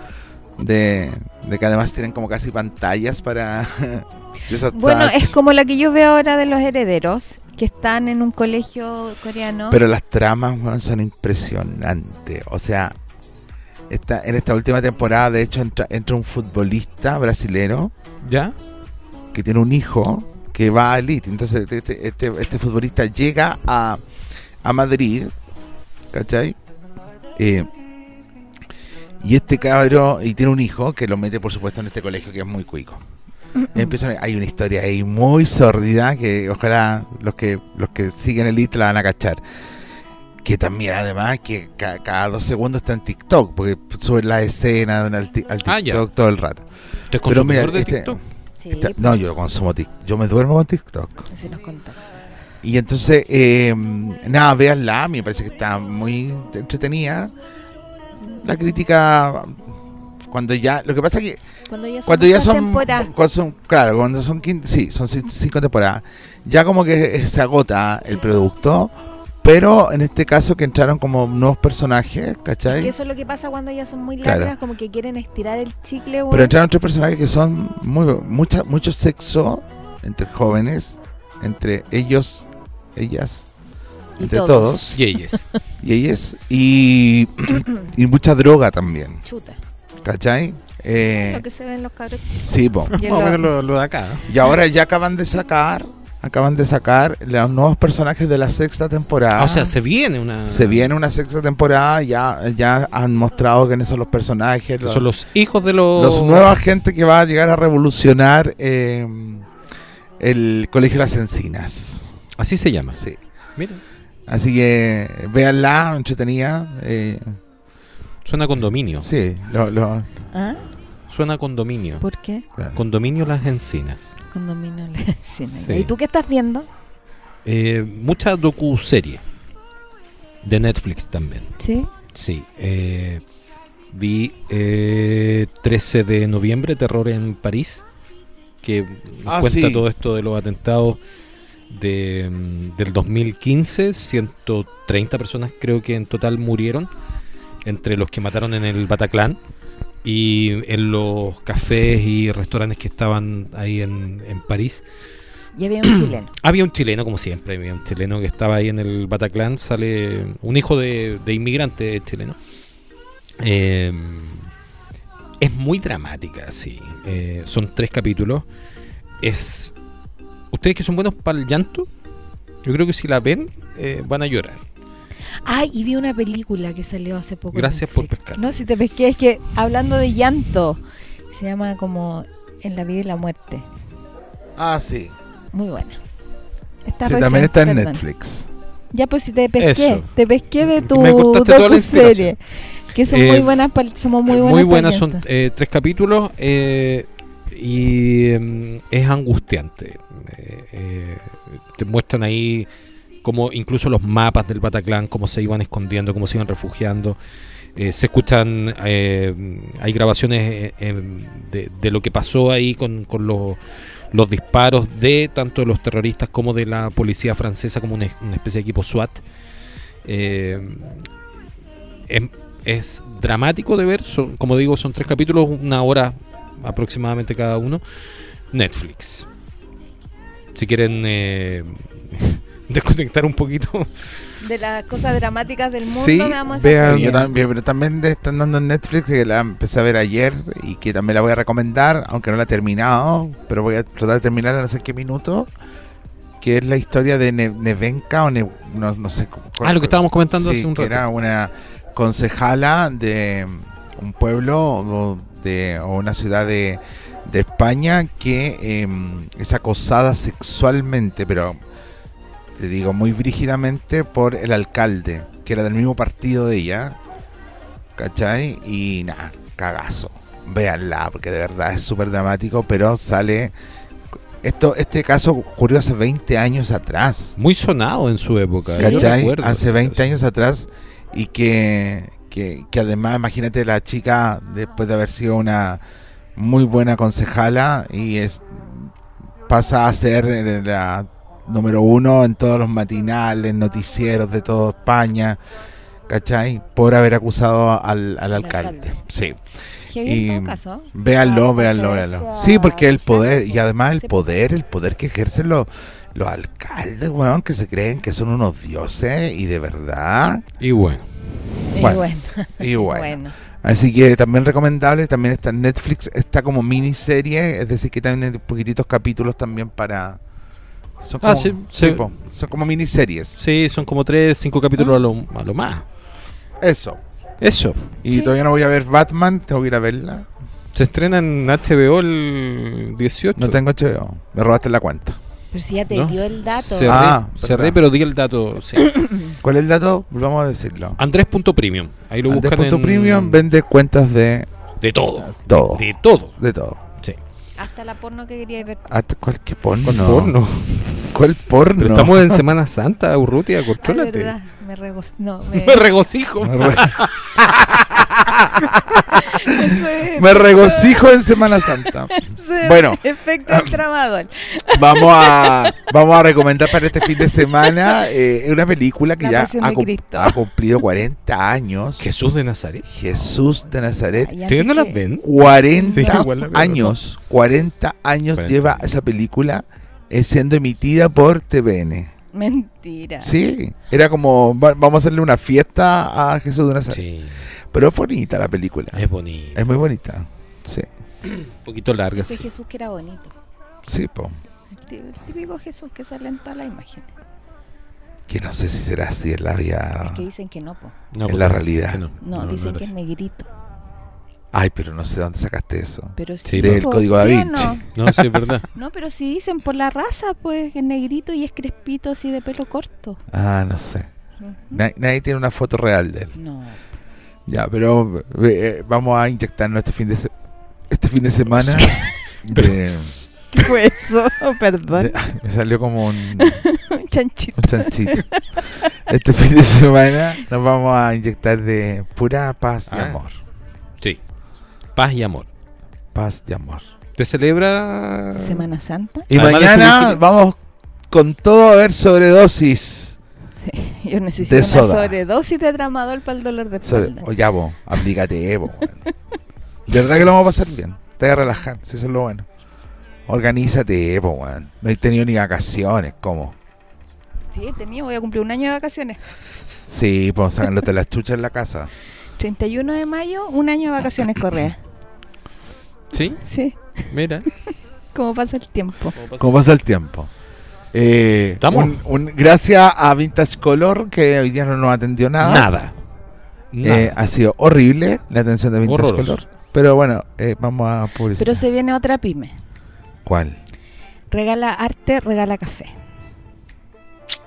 [SPEAKER 2] de, de que además tienen como casi pantallas para... de esas
[SPEAKER 5] Bueno,
[SPEAKER 2] trans.
[SPEAKER 5] es como la que yo veo ahora de los herederos, que están en un colegio coreano.
[SPEAKER 2] Pero las tramas, weón, son impresionantes. O sea, esta, en esta última temporada, de hecho, entra, entra un futbolista brasilero
[SPEAKER 4] ¿Ya?
[SPEAKER 2] que tiene un hijo que va a Elite. Entonces este- este, este- este futbolista llega a, a Madrid, ¿cachai? Eh, y este cabro, y tiene un hijo que lo mete por supuesto en este colegio que es muy cuico. Y empiezan- hay una historia ahí muy sordida que ojalá los que los que siguen Elite la van a cachar. Que también además que ca- cada dos segundos está en TikTok, porque suben la escena al, ti- al TikTok
[SPEAKER 4] Ah, ya.
[SPEAKER 2] todo el rato.
[SPEAKER 4] ¿Usted es
[SPEAKER 2] Pero mira,
[SPEAKER 4] consumidor de
[SPEAKER 2] este-
[SPEAKER 4] TikTok?
[SPEAKER 5] Sí,
[SPEAKER 2] Está- no, yo consumo TikTok. Yo me duermo con TikTok.
[SPEAKER 5] pues, se nos contó.
[SPEAKER 2] Y entonces, eh, nada, véanla. Me parece que está muy entretenida. La crítica, cuando ya. Lo que pasa que
[SPEAKER 5] Cuando ya son,
[SPEAKER 2] cuando ya
[SPEAKER 5] muchas
[SPEAKER 2] son,
[SPEAKER 5] temporadas,
[SPEAKER 2] cuando son- Claro, cuando son. quin- Sí, son cin- cinco temporadas. Ya como que se agota el producto. Pero en este caso, que entraron como nuevos personajes, ¿cachai?
[SPEAKER 5] que eso es lo que pasa cuando ya son muy
[SPEAKER 2] Claro.
[SPEAKER 5] largas, como que quieren estirar el chicle.
[SPEAKER 2] Pero
[SPEAKER 5] bueno.
[SPEAKER 2] entraron tres personajes que son muy mucha, mucho sexo entre jóvenes, entre ellos, ellas,
[SPEAKER 5] Y
[SPEAKER 2] entre todos.
[SPEAKER 5] todos.
[SPEAKER 4] Yeyes.
[SPEAKER 2] y ellas, y, y mucha droga también,
[SPEAKER 5] Chuta.
[SPEAKER 2] ¿cachai? Eh,
[SPEAKER 5] Lo que se ven los cabros.
[SPEAKER 2] Sí, po.
[SPEAKER 5] Yo lo-
[SPEAKER 4] lo, lo de acá.
[SPEAKER 2] Y ahora ya acaban de sacar, acaban de sacar los nuevos personajes de la sexta temporada.
[SPEAKER 4] Ah, o sea, se viene una.
[SPEAKER 2] Se viene una sexta temporada, ya, ya han mostrado quiénes son los personajes,
[SPEAKER 4] Son los hijos de los.
[SPEAKER 2] Los nueva gente que va a llegar a revolucionar eh, el Colegio de las Encinas.
[SPEAKER 4] Así se llama.
[SPEAKER 2] Sí.
[SPEAKER 4] Mira.
[SPEAKER 2] Así que véanla, entretenida. eh,
[SPEAKER 4] Suena a condominio.
[SPEAKER 2] sí, lo, lo-
[SPEAKER 5] ¿Ah?
[SPEAKER 4] Suena a condominio.
[SPEAKER 5] ¿Por qué?
[SPEAKER 2] Pues-
[SPEAKER 4] Condominio Las Encinas.
[SPEAKER 5] Condomino la escena.
[SPEAKER 4] Sí.
[SPEAKER 5] ¿Y tú qué estás viendo?
[SPEAKER 4] Eh, mucha docu-serie. De Netflix también.
[SPEAKER 5] Sí.
[SPEAKER 4] Sí. eh, vi eh, 13 de noviembre, Terror en París. Que nos
[SPEAKER 2] Ah,
[SPEAKER 4] cuenta
[SPEAKER 2] sí.
[SPEAKER 4] todo esto de los atentados de, mm, del 2015. 130 personas creo que en total murieron. Entre los que mataron en el Bataclan. Y en los cafés y restaurantes que estaban ahí en, en París.
[SPEAKER 5] Y había un chileno.
[SPEAKER 4] Había un chileno, como siempre, había un chileno que estaba ahí en el Bataclan, sale un hijo de, de inmigrante chileno. Eh, es muy dramática, sí. Eh, son tres capítulos. Es. Ustedes que son buenos para el llanto, yo creo que si la ven, eh, van a llorar.
[SPEAKER 5] Ah, y vi una película que salió hace poco. en
[SPEAKER 4] Gracias
[SPEAKER 5] Netflix.
[SPEAKER 4] por pescar.
[SPEAKER 5] No, si te pesqué, es que hablando de llanto, se llama como En la vida y la muerte.
[SPEAKER 2] Ah, sí.
[SPEAKER 5] Muy buena. Está
[SPEAKER 2] Sí,
[SPEAKER 5] recién,
[SPEAKER 2] también está en
[SPEAKER 5] perdón.
[SPEAKER 2] Netflix.
[SPEAKER 5] Ya, pues si te pesqué,
[SPEAKER 4] Eso.
[SPEAKER 5] te pesqué de tu
[SPEAKER 4] Me contaste toda la
[SPEAKER 5] docuserie. Que son
[SPEAKER 4] Eh,
[SPEAKER 5] muy buenas, pal- somos muy buenas.
[SPEAKER 4] Muy
[SPEAKER 5] pal
[SPEAKER 4] buenas, son
[SPEAKER 5] llanto.
[SPEAKER 4] eh, tres capítulos eh, y em, es angustiante. Eh, eh, te muestran ahí como incluso los mapas del Bataclan, cómo se iban escondiendo, cómo se iban refugiando. Eh, se escuchan, eh, hay grabaciones eh, em, de, de lo que pasó ahí con, con los, los disparos de tanto de los terroristas como de la policía francesa, como una, una especie de equipo SWAT. Eh, em- es dramático de ver. son- como digo, son tres capítulos, una hora aproximadamente cada uno. Netflix. Si quieren eh, desconectar un poquito.
[SPEAKER 5] De las cosas dramáticas del mundo,
[SPEAKER 2] sí,
[SPEAKER 5] vamos a
[SPEAKER 2] vean,
[SPEAKER 5] hacer.
[SPEAKER 2] yo también, pero también de- están dando en Netflix, que la empecé a ver ayer y que también la voy a recomendar, aunque no la he terminado, pero voy a tratar de terminarla en no sé qué minuto, que es la historia de Ne- Nevenka o Ne- no, no sé. cu-
[SPEAKER 4] Ah, lo que estábamos comentando
[SPEAKER 2] Sí,
[SPEAKER 4] hace un
[SPEAKER 2] que
[SPEAKER 4] rato.
[SPEAKER 2] Era una concejala de un pueblo o, de, o una ciudad de, de España que eh, es acosada sexualmente, pero te digo muy brígidamente, por el alcalde, que era del mismo partido de ella. ¿Cachai? Y nada, cagazo. véanla, porque de verdad es súper dramático, pero sale... Esto, este caso ocurrió hace 20 años atrás.
[SPEAKER 4] Muy sonado en su época. ¿eh?
[SPEAKER 2] Sí.
[SPEAKER 4] yo me
[SPEAKER 2] ¿Cachai?
[SPEAKER 4] acuerdo.
[SPEAKER 2] Hace 20 años atrás y que, que, que además, imagínate la chica, después de haber sido una muy buena concejala y es pasa a ser eh, la número uno en todos los matinales, noticieros de toda España, ¿cachai? Por haber acusado al, al alcalde.
[SPEAKER 3] alcalde.
[SPEAKER 2] Sí.
[SPEAKER 3] Qué
[SPEAKER 2] Y-
[SPEAKER 3] bien en todo caso.
[SPEAKER 2] Véanlo,
[SPEAKER 3] Ah,
[SPEAKER 2] véanlo,
[SPEAKER 3] controversia.
[SPEAKER 2] véanlo. Sí, porque el poder, y además el
[SPEAKER 3] Sí.
[SPEAKER 2] poder, el poder que ejercen los, los alcaldes, weón, que se creen que son unos dioses y de verdad.
[SPEAKER 4] Y bueno,
[SPEAKER 3] Y
[SPEAKER 2] Bueno,
[SPEAKER 3] eh, bueno,
[SPEAKER 2] Y bueno.
[SPEAKER 3] bueno.
[SPEAKER 2] Así que también recomendable, también está en Netflix, está como miniserie, es decir, que también hay poquititos capítulos también para... Son
[SPEAKER 4] Ah,
[SPEAKER 2] como,
[SPEAKER 4] sí, sí.
[SPEAKER 2] po, son como miniseries.
[SPEAKER 4] sí, son como tres, cinco
[SPEAKER 2] Ah.
[SPEAKER 4] capítulos a, lo, a lo más.
[SPEAKER 2] Eso.
[SPEAKER 4] Eso.
[SPEAKER 2] Y
[SPEAKER 3] Sí.
[SPEAKER 2] todavía no voy a ver Batman, tengo que ir a verla.
[SPEAKER 4] Se estrena en HBO el 18.
[SPEAKER 2] No tengo HBO, me robaste la cuenta.
[SPEAKER 3] Pero si ya te
[SPEAKER 4] ¿No?
[SPEAKER 3] dio el dato.
[SPEAKER 4] Cerré,
[SPEAKER 2] Ah,
[SPEAKER 4] cerré,
[SPEAKER 2] verdad.
[SPEAKER 4] pero di el dato. sí.
[SPEAKER 2] ¿Cuál es el dato? Vamos a decirlo.
[SPEAKER 4] Andrés.premium. Ahí lo
[SPEAKER 2] Antes
[SPEAKER 4] buscan
[SPEAKER 2] punto
[SPEAKER 4] en-
[SPEAKER 2] Premium vende cuentas de
[SPEAKER 4] de todo.
[SPEAKER 2] todo.
[SPEAKER 4] De todo.
[SPEAKER 2] De todo.
[SPEAKER 4] Sí.
[SPEAKER 3] Hasta la porno que quería ver.
[SPEAKER 2] Hasta ¿Cuál que porno?
[SPEAKER 4] Porno.
[SPEAKER 2] ¿Cuál porno?
[SPEAKER 4] Pero estamos en Semana Santa, Urrutia,
[SPEAKER 3] Ah,
[SPEAKER 4] contrólate.
[SPEAKER 3] verdad, me rego... No, me...
[SPEAKER 4] Me regocijo.
[SPEAKER 3] Eso es-
[SPEAKER 2] Me regocijo en Semana Santa.
[SPEAKER 3] eso es
[SPEAKER 2] Bueno. Ah, eh,
[SPEAKER 3] Efecto del tramador.
[SPEAKER 2] Vamos a, vamos a recomendar para este fin de semana eh, una película que
[SPEAKER 6] La
[SPEAKER 2] ya
[SPEAKER 6] Pasión
[SPEAKER 2] ha,
[SPEAKER 6] de
[SPEAKER 2] cum-
[SPEAKER 6] Cristo.
[SPEAKER 2] ha cumplido 40 años.
[SPEAKER 4] Jesús de Nazaret.
[SPEAKER 2] Jesús de Nazaret.
[SPEAKER 3] Ay,
[SPEAKER 4] ¿Ustedes no
[SPEAKER 3] antes
[SPEAKER 4] las
[SPEAKER 3] que-
[SPEAKER 4] ven?
[SPEAKER 2] 40
[SPEAKER 4] Sí, igual la veo,
[SPEAKER 2] años, 40 años
[SPEAKER 4] 40
[SPEAKER 2] lleva
[SPEAKER 4] años.
[SPEAKER 2] esa película eh, siendo emitida por TVN.
[SPEAKER 3] Mentira.
[SPEAKER 2] Sí, era como va- vamos a hacerle una fiesta a Jesús de Nazaret.
[SPEAKER 4] Sí,
[SPEAKER 2] Pero es bonita la película.
[SPEAKER 4] es bonito.
[SPEAKER 2] Es muy bonita. Sí,
[SPEAKER 4] Un poquito larga.
[SPEAKER 3] Ese
[SPEAKER 4] sí.
[SPEAKER 3] Jesús que era bonito.
[SPEAKER 2] sí, po.
[SPEAKER 3] El tí- el típico Jesús que sale en todas las imágenes.
[SPEAKER 2] Que no sé si será así en la
[SPEAKER 3] Es
[SPEAKER 2] vida.
[SPEAKER 3] que dicen que no, po.
[SPEAKER 4] No,
[SPEAKER 2] Es
[SPEAKER 4] porque-
[SPEAKER 2] la realidad.
[SPEAKER 4] que No,
[SPEAKER 3] No,
[SPEAKER 4] no, no
[SPEAKER 3] dicen
[SPEAKER 4] era
[SPEAKER 3] que es
[SPEAKER 4] así.
[SPEAKER 3] negrito.
[SPEAKER 2] Ay, pero no sé dónde sacaste eso.
[SPEAKER 3] Pero sí,
[SPEAKER 4] Sí,
[SPEAKER 2] Del
[SPEAKER 3] po,
[SPEAKER 2] Código Da
[SPEAKER 3] ¿sí o
[SPEAKER 2] Vinci.
[SPEAKER 3] no?
[SPEAKER 4] No, sí, es verdad.
[SPEAKER 3] No, pero si dicen por la raza, pues que es negrito y es crespito así de pelo corto.
[SPEAKER 2] Ah, no sé.
[SPEAKER 3] Ujú.
[SPEAKER 2] Na- nadie tiene una foto real de él.
[SPEAKER 3] No.
[SPEAKER 2] Ya, pero eh, eh, vamos a inyectarnos este fin de, se- este fin de semana. de-
[SPEAKER 6] ¿Qué fue eso?
[SPEAKER 3] Oh,
[SPEAKER 6] Perdón.
[SPEAKER 2] de- me salió como un,
[SPEAKER 3] Un chanchito.
[SPEAKER 2] un chanchito. Este fin de semana nos vamos a inyectar de pura paz y
[SPEAKER 4] Ah.
[SPEAKER 2] amor.
[SPEAKER 4] Sí. Paz y amor.
[SPEAKER 2] Paz y amor.
[SPEAKER 4] ¿Te celebra?
[SPEAKER 3] Semana Santa.
[SPEAKER 2] Y
[SPEAKER 4] Además de
[SPEAKER 2] mañana
[SPEAKER 4] subirse-
[SPEAKER 2] vamos con todo a ver sobredosis.
[SPEAKER 3] Sí, yo necesito
[SPEAKER 2] De
[SPEAKER 3] una
[SPEAKER 2] soda.
[SPEAKER 3] sobredosis de tramador para el dolor de
[SPEAKER 2] Sobre,
[SPEAKER 3] espalda.
[SPEAKER 2] o ya vos, aplícate, eh, po, weón. De verdad que lo vamos a pasar bien. Te vas a relajar, si eso es lo bueno. Organízate, eh, po, weón. No he tenido ni vacaciones, ¿cómo?
[SPEAKER 3] Sí, he tenido, voy a cumplir un año de vacaciones.
[SPEAKER 2] Sí, pues sácanlote las chuchas en la casa.
[SPEAKER 3] 31 de mayo, un año de vacaciones Correa.
[SPEAKER 4] Sí,
[SPEAKER 3] Sí,
[SPEAKER 4] mira.
[SPEAKER 3] como pasa el tiempo.
[SPEAKER 2] ¿Cómo pasa el tiempo? Eh,
[SPEAKER 4] ¿Estamos?
[SPEAKER 2] un- un- gracias a Vintage Color, que hoy día no nos atendió nada.
[SPEAKER 4] Nada. Nada.
[SPEAKER 2] Eh, ha sido horrible la atención de Vintage
[SPEAKER 4] Horroroso.
[SPEAKER 2] Color. Pero bueno, eh, vamos a publicitar.
[SPEAKER 3] Pero se viene otra pyme.
[SPEAKER 2] ¿Cuál?
[SPEAKER 3] Regala arte, regala café.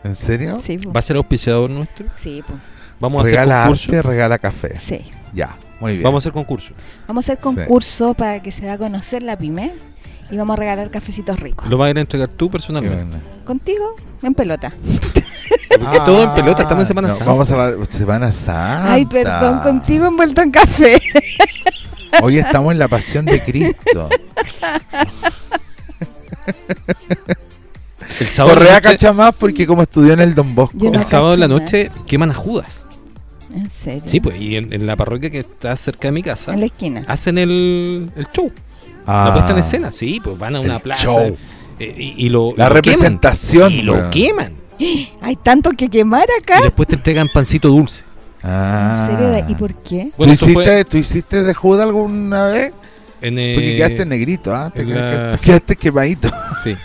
[SPEAKER 2] ¿En serio?
[SPEAKER 3] Sí, po.
[SPEAKER 4] ¿Va a ser auspiciador nuestro?
[SPEAKER 3] Sí, po.
[SPEAKER 4] Vamos a
[SPEAKER 2] regala
[SPEAKER 4] hacer concurso.
[SPEAKER 2] arte, regala café.
[SPEAKER 3] sí.
[SPEAKER 2] Ya, muy bien.
[SPEAKER 4] Vamos a hacer concurso.
[SPEAKER 3] Vamos a hacer
[SPEAKER 2] Sí.
[SPEAKER 3] concurso para que se da a conocer la pyme y vamos a regalar cafecitos ricos.
[SPEAKER 4] Lo vas a ir a entregar tú personalmente.
[SPEAKER 3] Contigo, en pelota.
[SPEAKER 4] Porque todo en pelota, estamos en Semana
[SPEAKER 2] Ah, no,
[SPEAKER 4] Santa.
[SPEAKER 2] Vamos a la Semana Santa.
[SPEAKER 3] Ay, perdón, contigo envuelto en café.
[SPEAKER 2] Hoy estamos en la pasión de Cristo.
[SPEAKER 4] El sábado, en la
[SPEAKER 2] Correa
[SPEAKER 4] noche-
[SPEAKER 2] cacha más porque como estudió en el Don Bosco.
[SPEAKER 3] Yo
[SPEAKER 4] el
[SPEAKER 3] no
[SPEAKER 4] sábado en la
[SPEAKER 3] cacho
[SPEAKER 4] noche queman a Judas.
[SPEAKER 3] En serio.
[SPEAKER 4] Sí, pues, Ah. y en, en la parroquia que está cerca de mi casa,
[SPEAKER 3] En la esquina.
[SPEAKER 4] hacen el, el show. La
[SPEAKER 2] Ah.
[SPEAKER 4] puesta en escena, sí, pues van a una
[SPEAKER 2] El
[SPEAKER 4] plaza.
[SPEAKER 2] show.
[SPEAKER 4] eh, y, y lo,
[SPEAKER 2] La
[SPEAKER 4] lo queman.
[SPEAKER 2] representación,
[SPEAKER 4] Y lo
[SPEAKER 2] weón.
[SPEAKER 4] queman.
[SPEAKER 3] Hay tanto que quemar acá.
[SPEAKER 4] Y después te entregan pancito dulce.
[SPEAKER 2] Ah.
[SPEAKER 3] ¿En serio? ¿Y por qué?
[SPEAKER 4] Bueno,
[SPEAKER 2] ¿Tú,
[SPEAKER 4] esto
[SPEAKER 2] hiciste,
[SPEAKER 4] fue
[SPEAKER 2] ¿Tú hiciste de Judas alguna vez?
[SPEAKER 4] en, eh,
[SPEAKER 2] Porque quedaste negrito, ¿ah? Te
[SPEAKER 4] en
[SPEAKER 2] quedaste,
[SPEAKER 4] la-
[SPEAKER 2] quedaste quemadito.
[SPEAKER 4] Sí.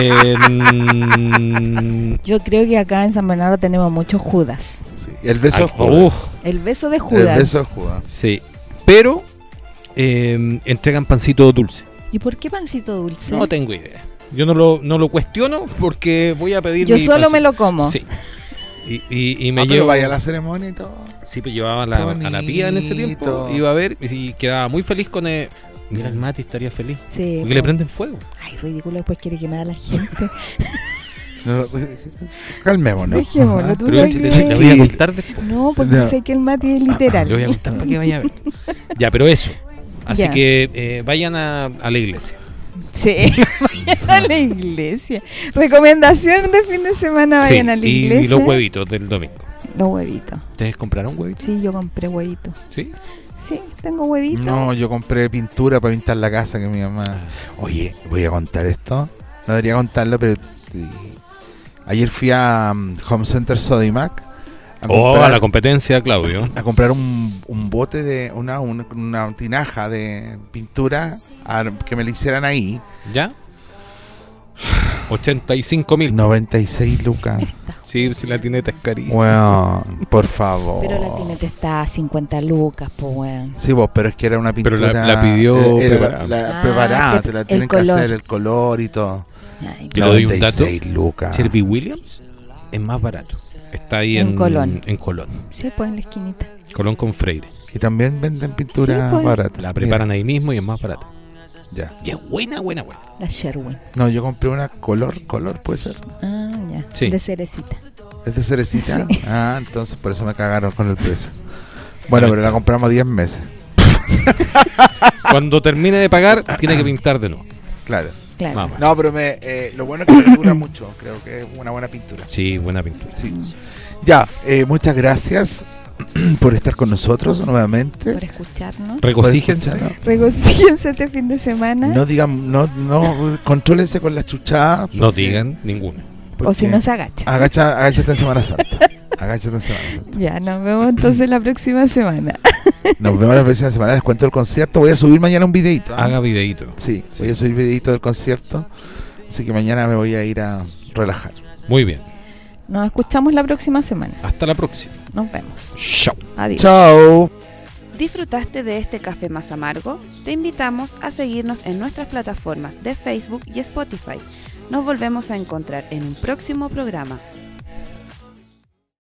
[SPEAKER 4] En-
[SPEAKER 3] Yo creo que acá en San Bernardo tenemos muchos Judas.
[SPEAKER 2] Sí, El beso
[SPEAKER 4] Ay, oh,
[SPEAKER 2] de Judas.
[SPEAKER 4] uf,
[SPEAKER 3] El beso de
[SPEAKER 2] el
[SPEAKER 3] Judas.
[SPEAKER 2] beso de Judas.
[SPEAKER 4] sí. Pero eh, entregan pancito dulce.
[SPEAKER 3] ¿Y por qué pancito dulce?
[SPEAKER 4] No tengo idea. Yo no lo, no lo cuestiono porque voy a pedir.
[SPEAKER 3] Yo
[SPEAKER 4] mi
[SPEAKER 3] solo
[SPEAKER 4] pancito.
[SPEAKER 3] me lo como.
[SPEAKER 4] Sí. Y, y- y
[SPEAKER 2] Me
[SPEAKER 4] me llevo-
[SPEAKER 2] Ah, vaya a la ceremonia y todo.
[SPEAKER 4] Sí, pues llevaba a la, a la pía en ese tiempo.
[SPEAKER 2] Bonito.
[SPEAKER 4] Iba a ver y quedaba muy feliz con el. Mira, el Mati estaría feliz.
[SPEAKER 5] Sí,
[SPEAKER 4] Porque
[SPEAKER 5] po.
[SPEAKER 4] le prenden fuego.
[SPEAKER 5] Ay, ridículo, después quiere quemar a la gente.
[SPEAKER 2] No, calmémonos.
[SPEAKER 3] Dejémoslo, tú
[SPEAKER 4] Pero
[SPEAKER 3] sabes
[SPEAKER 4] che,
[SPEAKER 3] que-
[SPEAKER 4] te- le voy a contar después.
[SPEAKER 3] No, porque
[SPEAKER 2] Ya.
[SPEAKER 3] sé que el Mati es
[SPEAKER 4] Le voy a
[SPEAKER 3] literal.
[SPEAKER 4] contar para que vaya a ver. Ya, pero eso. Así
[SPEAKER 3] Ya.
[SPEAKER 4] que eh, vayan a, a la iglesia.
[SPEAKER 3] Sí, vayan a la iglesia. Recomendación de fin de semana,
[SPEAKER 4] Sí,
[SPEAKER 3] vayan a la
[SPEAKER 4] y,
[SPEAKER 3] iglesia.
[SPEAKER 4] los huevitos del domingo.
[SPEAKER 3] Los huevitos.
[SPEAKER 4] ¿Ustedes compraron huevitos?
[SPEAKER 3] Sí, yo compré huevitos.
[SPEAKER 4] Sí.
[SPEAKER 3] Sí, tengo huevitos.
[SPEAKER 2] No, yo compré pintura para pintar la casa que mi
[SPEAKER 4] Ah.
[SPEAKER 2] mamá. Oye, voy a contar esto. No debería contarlo, pero sí. ayer fui a mm, Home Center Sodimac a,
[SPEAKER 4] O Oh, a
[SPEAKER 2] comprar-
[SPEAKER 4] la competencia, Claudio.
[SPEAKER 2] a comprar un, un bote de una, una, una tinaja de pintura a- que me la hicieran ahí.
[SPEAKER 4] ¿Ya? 85 mil.
[SPEAKER 2] 96 lucas.
[SPEAKER 4] Sí, si la tineta es carísima.
[SPEAKER 2] Weón, por favor.
[SPEAKER 5] Pero la tineta está a 50 lucas, po, weón.
[SPEAKER 2] Sí, vos, pero es que era una
[SPEAKER 4] Pero
[SPEAKER 2] pintura.
[SPEAKER 4] la- la pidió
[SPEAKER 2] era-
[SPEAKER 4] preparada.
[SPEAKER 2] la-
[SPEAKER 5] Ah,
[SPEAKER 2] preparada,
[SPEAKER 5] que-
[SPEAKER 2] te la
[SPEAKER 5] el
[SPEAKER 2] tienen que
[SPEAKER 5] color.
[SPEAKER 2] hacer, el color y todo.
[SPEAKER 5] Ay,
[SPEAKER 4] Te lo doy un dato.
[SPEAKER 2] 96 lucas.
[SPEAKER 4] Servi Williams es más barato. Está ahí en,
[SPEAKER 5] En Colón.
[SPEAKER 4] En Colón.
[SPEAKER 5] sí, pues en la esquinita.
[SPEAKER 4] Colón con Freire.
[SPEAKER 2] Y también venden pintura
[SPEAKER 3] Sí, pues.
[SPEAKER 2] barata.
[SPEAKER 4] La preparan ahí mismo y es más barata.
[SPEAKER 2] Mira, ya.
[SPEAKER 4] Y es buena, buena, buena.
[SPEAKER 5] La Sherwin.
[SPEAKER 2] No, yo compré una color, color puede ser.
[SPEAKER 5] Ah, ya.
[SPEAKER 4] Sí.
[SPEAKER 5] De cerecita.
[SPEAKER 2] Es de cerecita. Ah, entonces por eso me cagaron con el precio. Bueno, pero la compramos 10 meses.
[SPEAKER 4] Cuando termine de pagar, tiene que pintar de nuevo.
[SPEAKER 2] Claro.
[SPEAKER 5] Claro.
[SPEAKER 4] Vamos.
[SPEAKER 2] No, pero me, eh, lo bueno es que me dura mucho. Creo que es una buena pintura.
[SPEAKER 4] Sí, buena pintura.
[SPEAKER 2] Sí. Ya, eh, muchas gracias por estar con nosotros nuevamente.
[SPEAKER 5] Por escucharnos.
[SPEAKER 4] Regocíjense.
[SPEAKER 2] Por escucharnos.
[SPEAKER 3] Regocíjense este fin de semana.
[SPEAKER 2] No digan, no, no, contrólense con las chuchadas.
[SPEAKER 4] No
[SPEAKER 2] porque-
[SPEAKER 4] digan ninguna.
[SPEAKER 2] porque
[SPEAKER 3] o si no se agacha.
[SPEAKER 2] Agacha, agáchate en Semana Santa. Agáchate en Semana Santa.
[SPEAKER 3] Ya, nos vemos entonces la próxima semana.
[SPEAKER 2] Nos vemos la próxima semana. Les cuento el concierto. Voy a subir mañana un videito. ¿ah?
[SPEAKER 4] Haga videíto.
[SPEAKER 2] Sí, voy a subir videito del concierto. Así que mañana me voy a ir a relajar.
[SPEAKER 4] Muy bien.
[SPEAKER 3] Nos escuchamos la próxima semana.
[SPEAKER 4] Hasta la próxima.
[SPEAKER 3] Nos vemos.
[SPEAKER 2] Chao.
[SPEAKER 3] Adiós.
[SPEAKER 2] Chao.
[SPEAKER 1] ¿Disfrutaste de este café más amargo? Te invitamos a seguirnos en nuestras plataformas de Facebook y Spotify. Nos volvemos a encontrar en un próximo programa.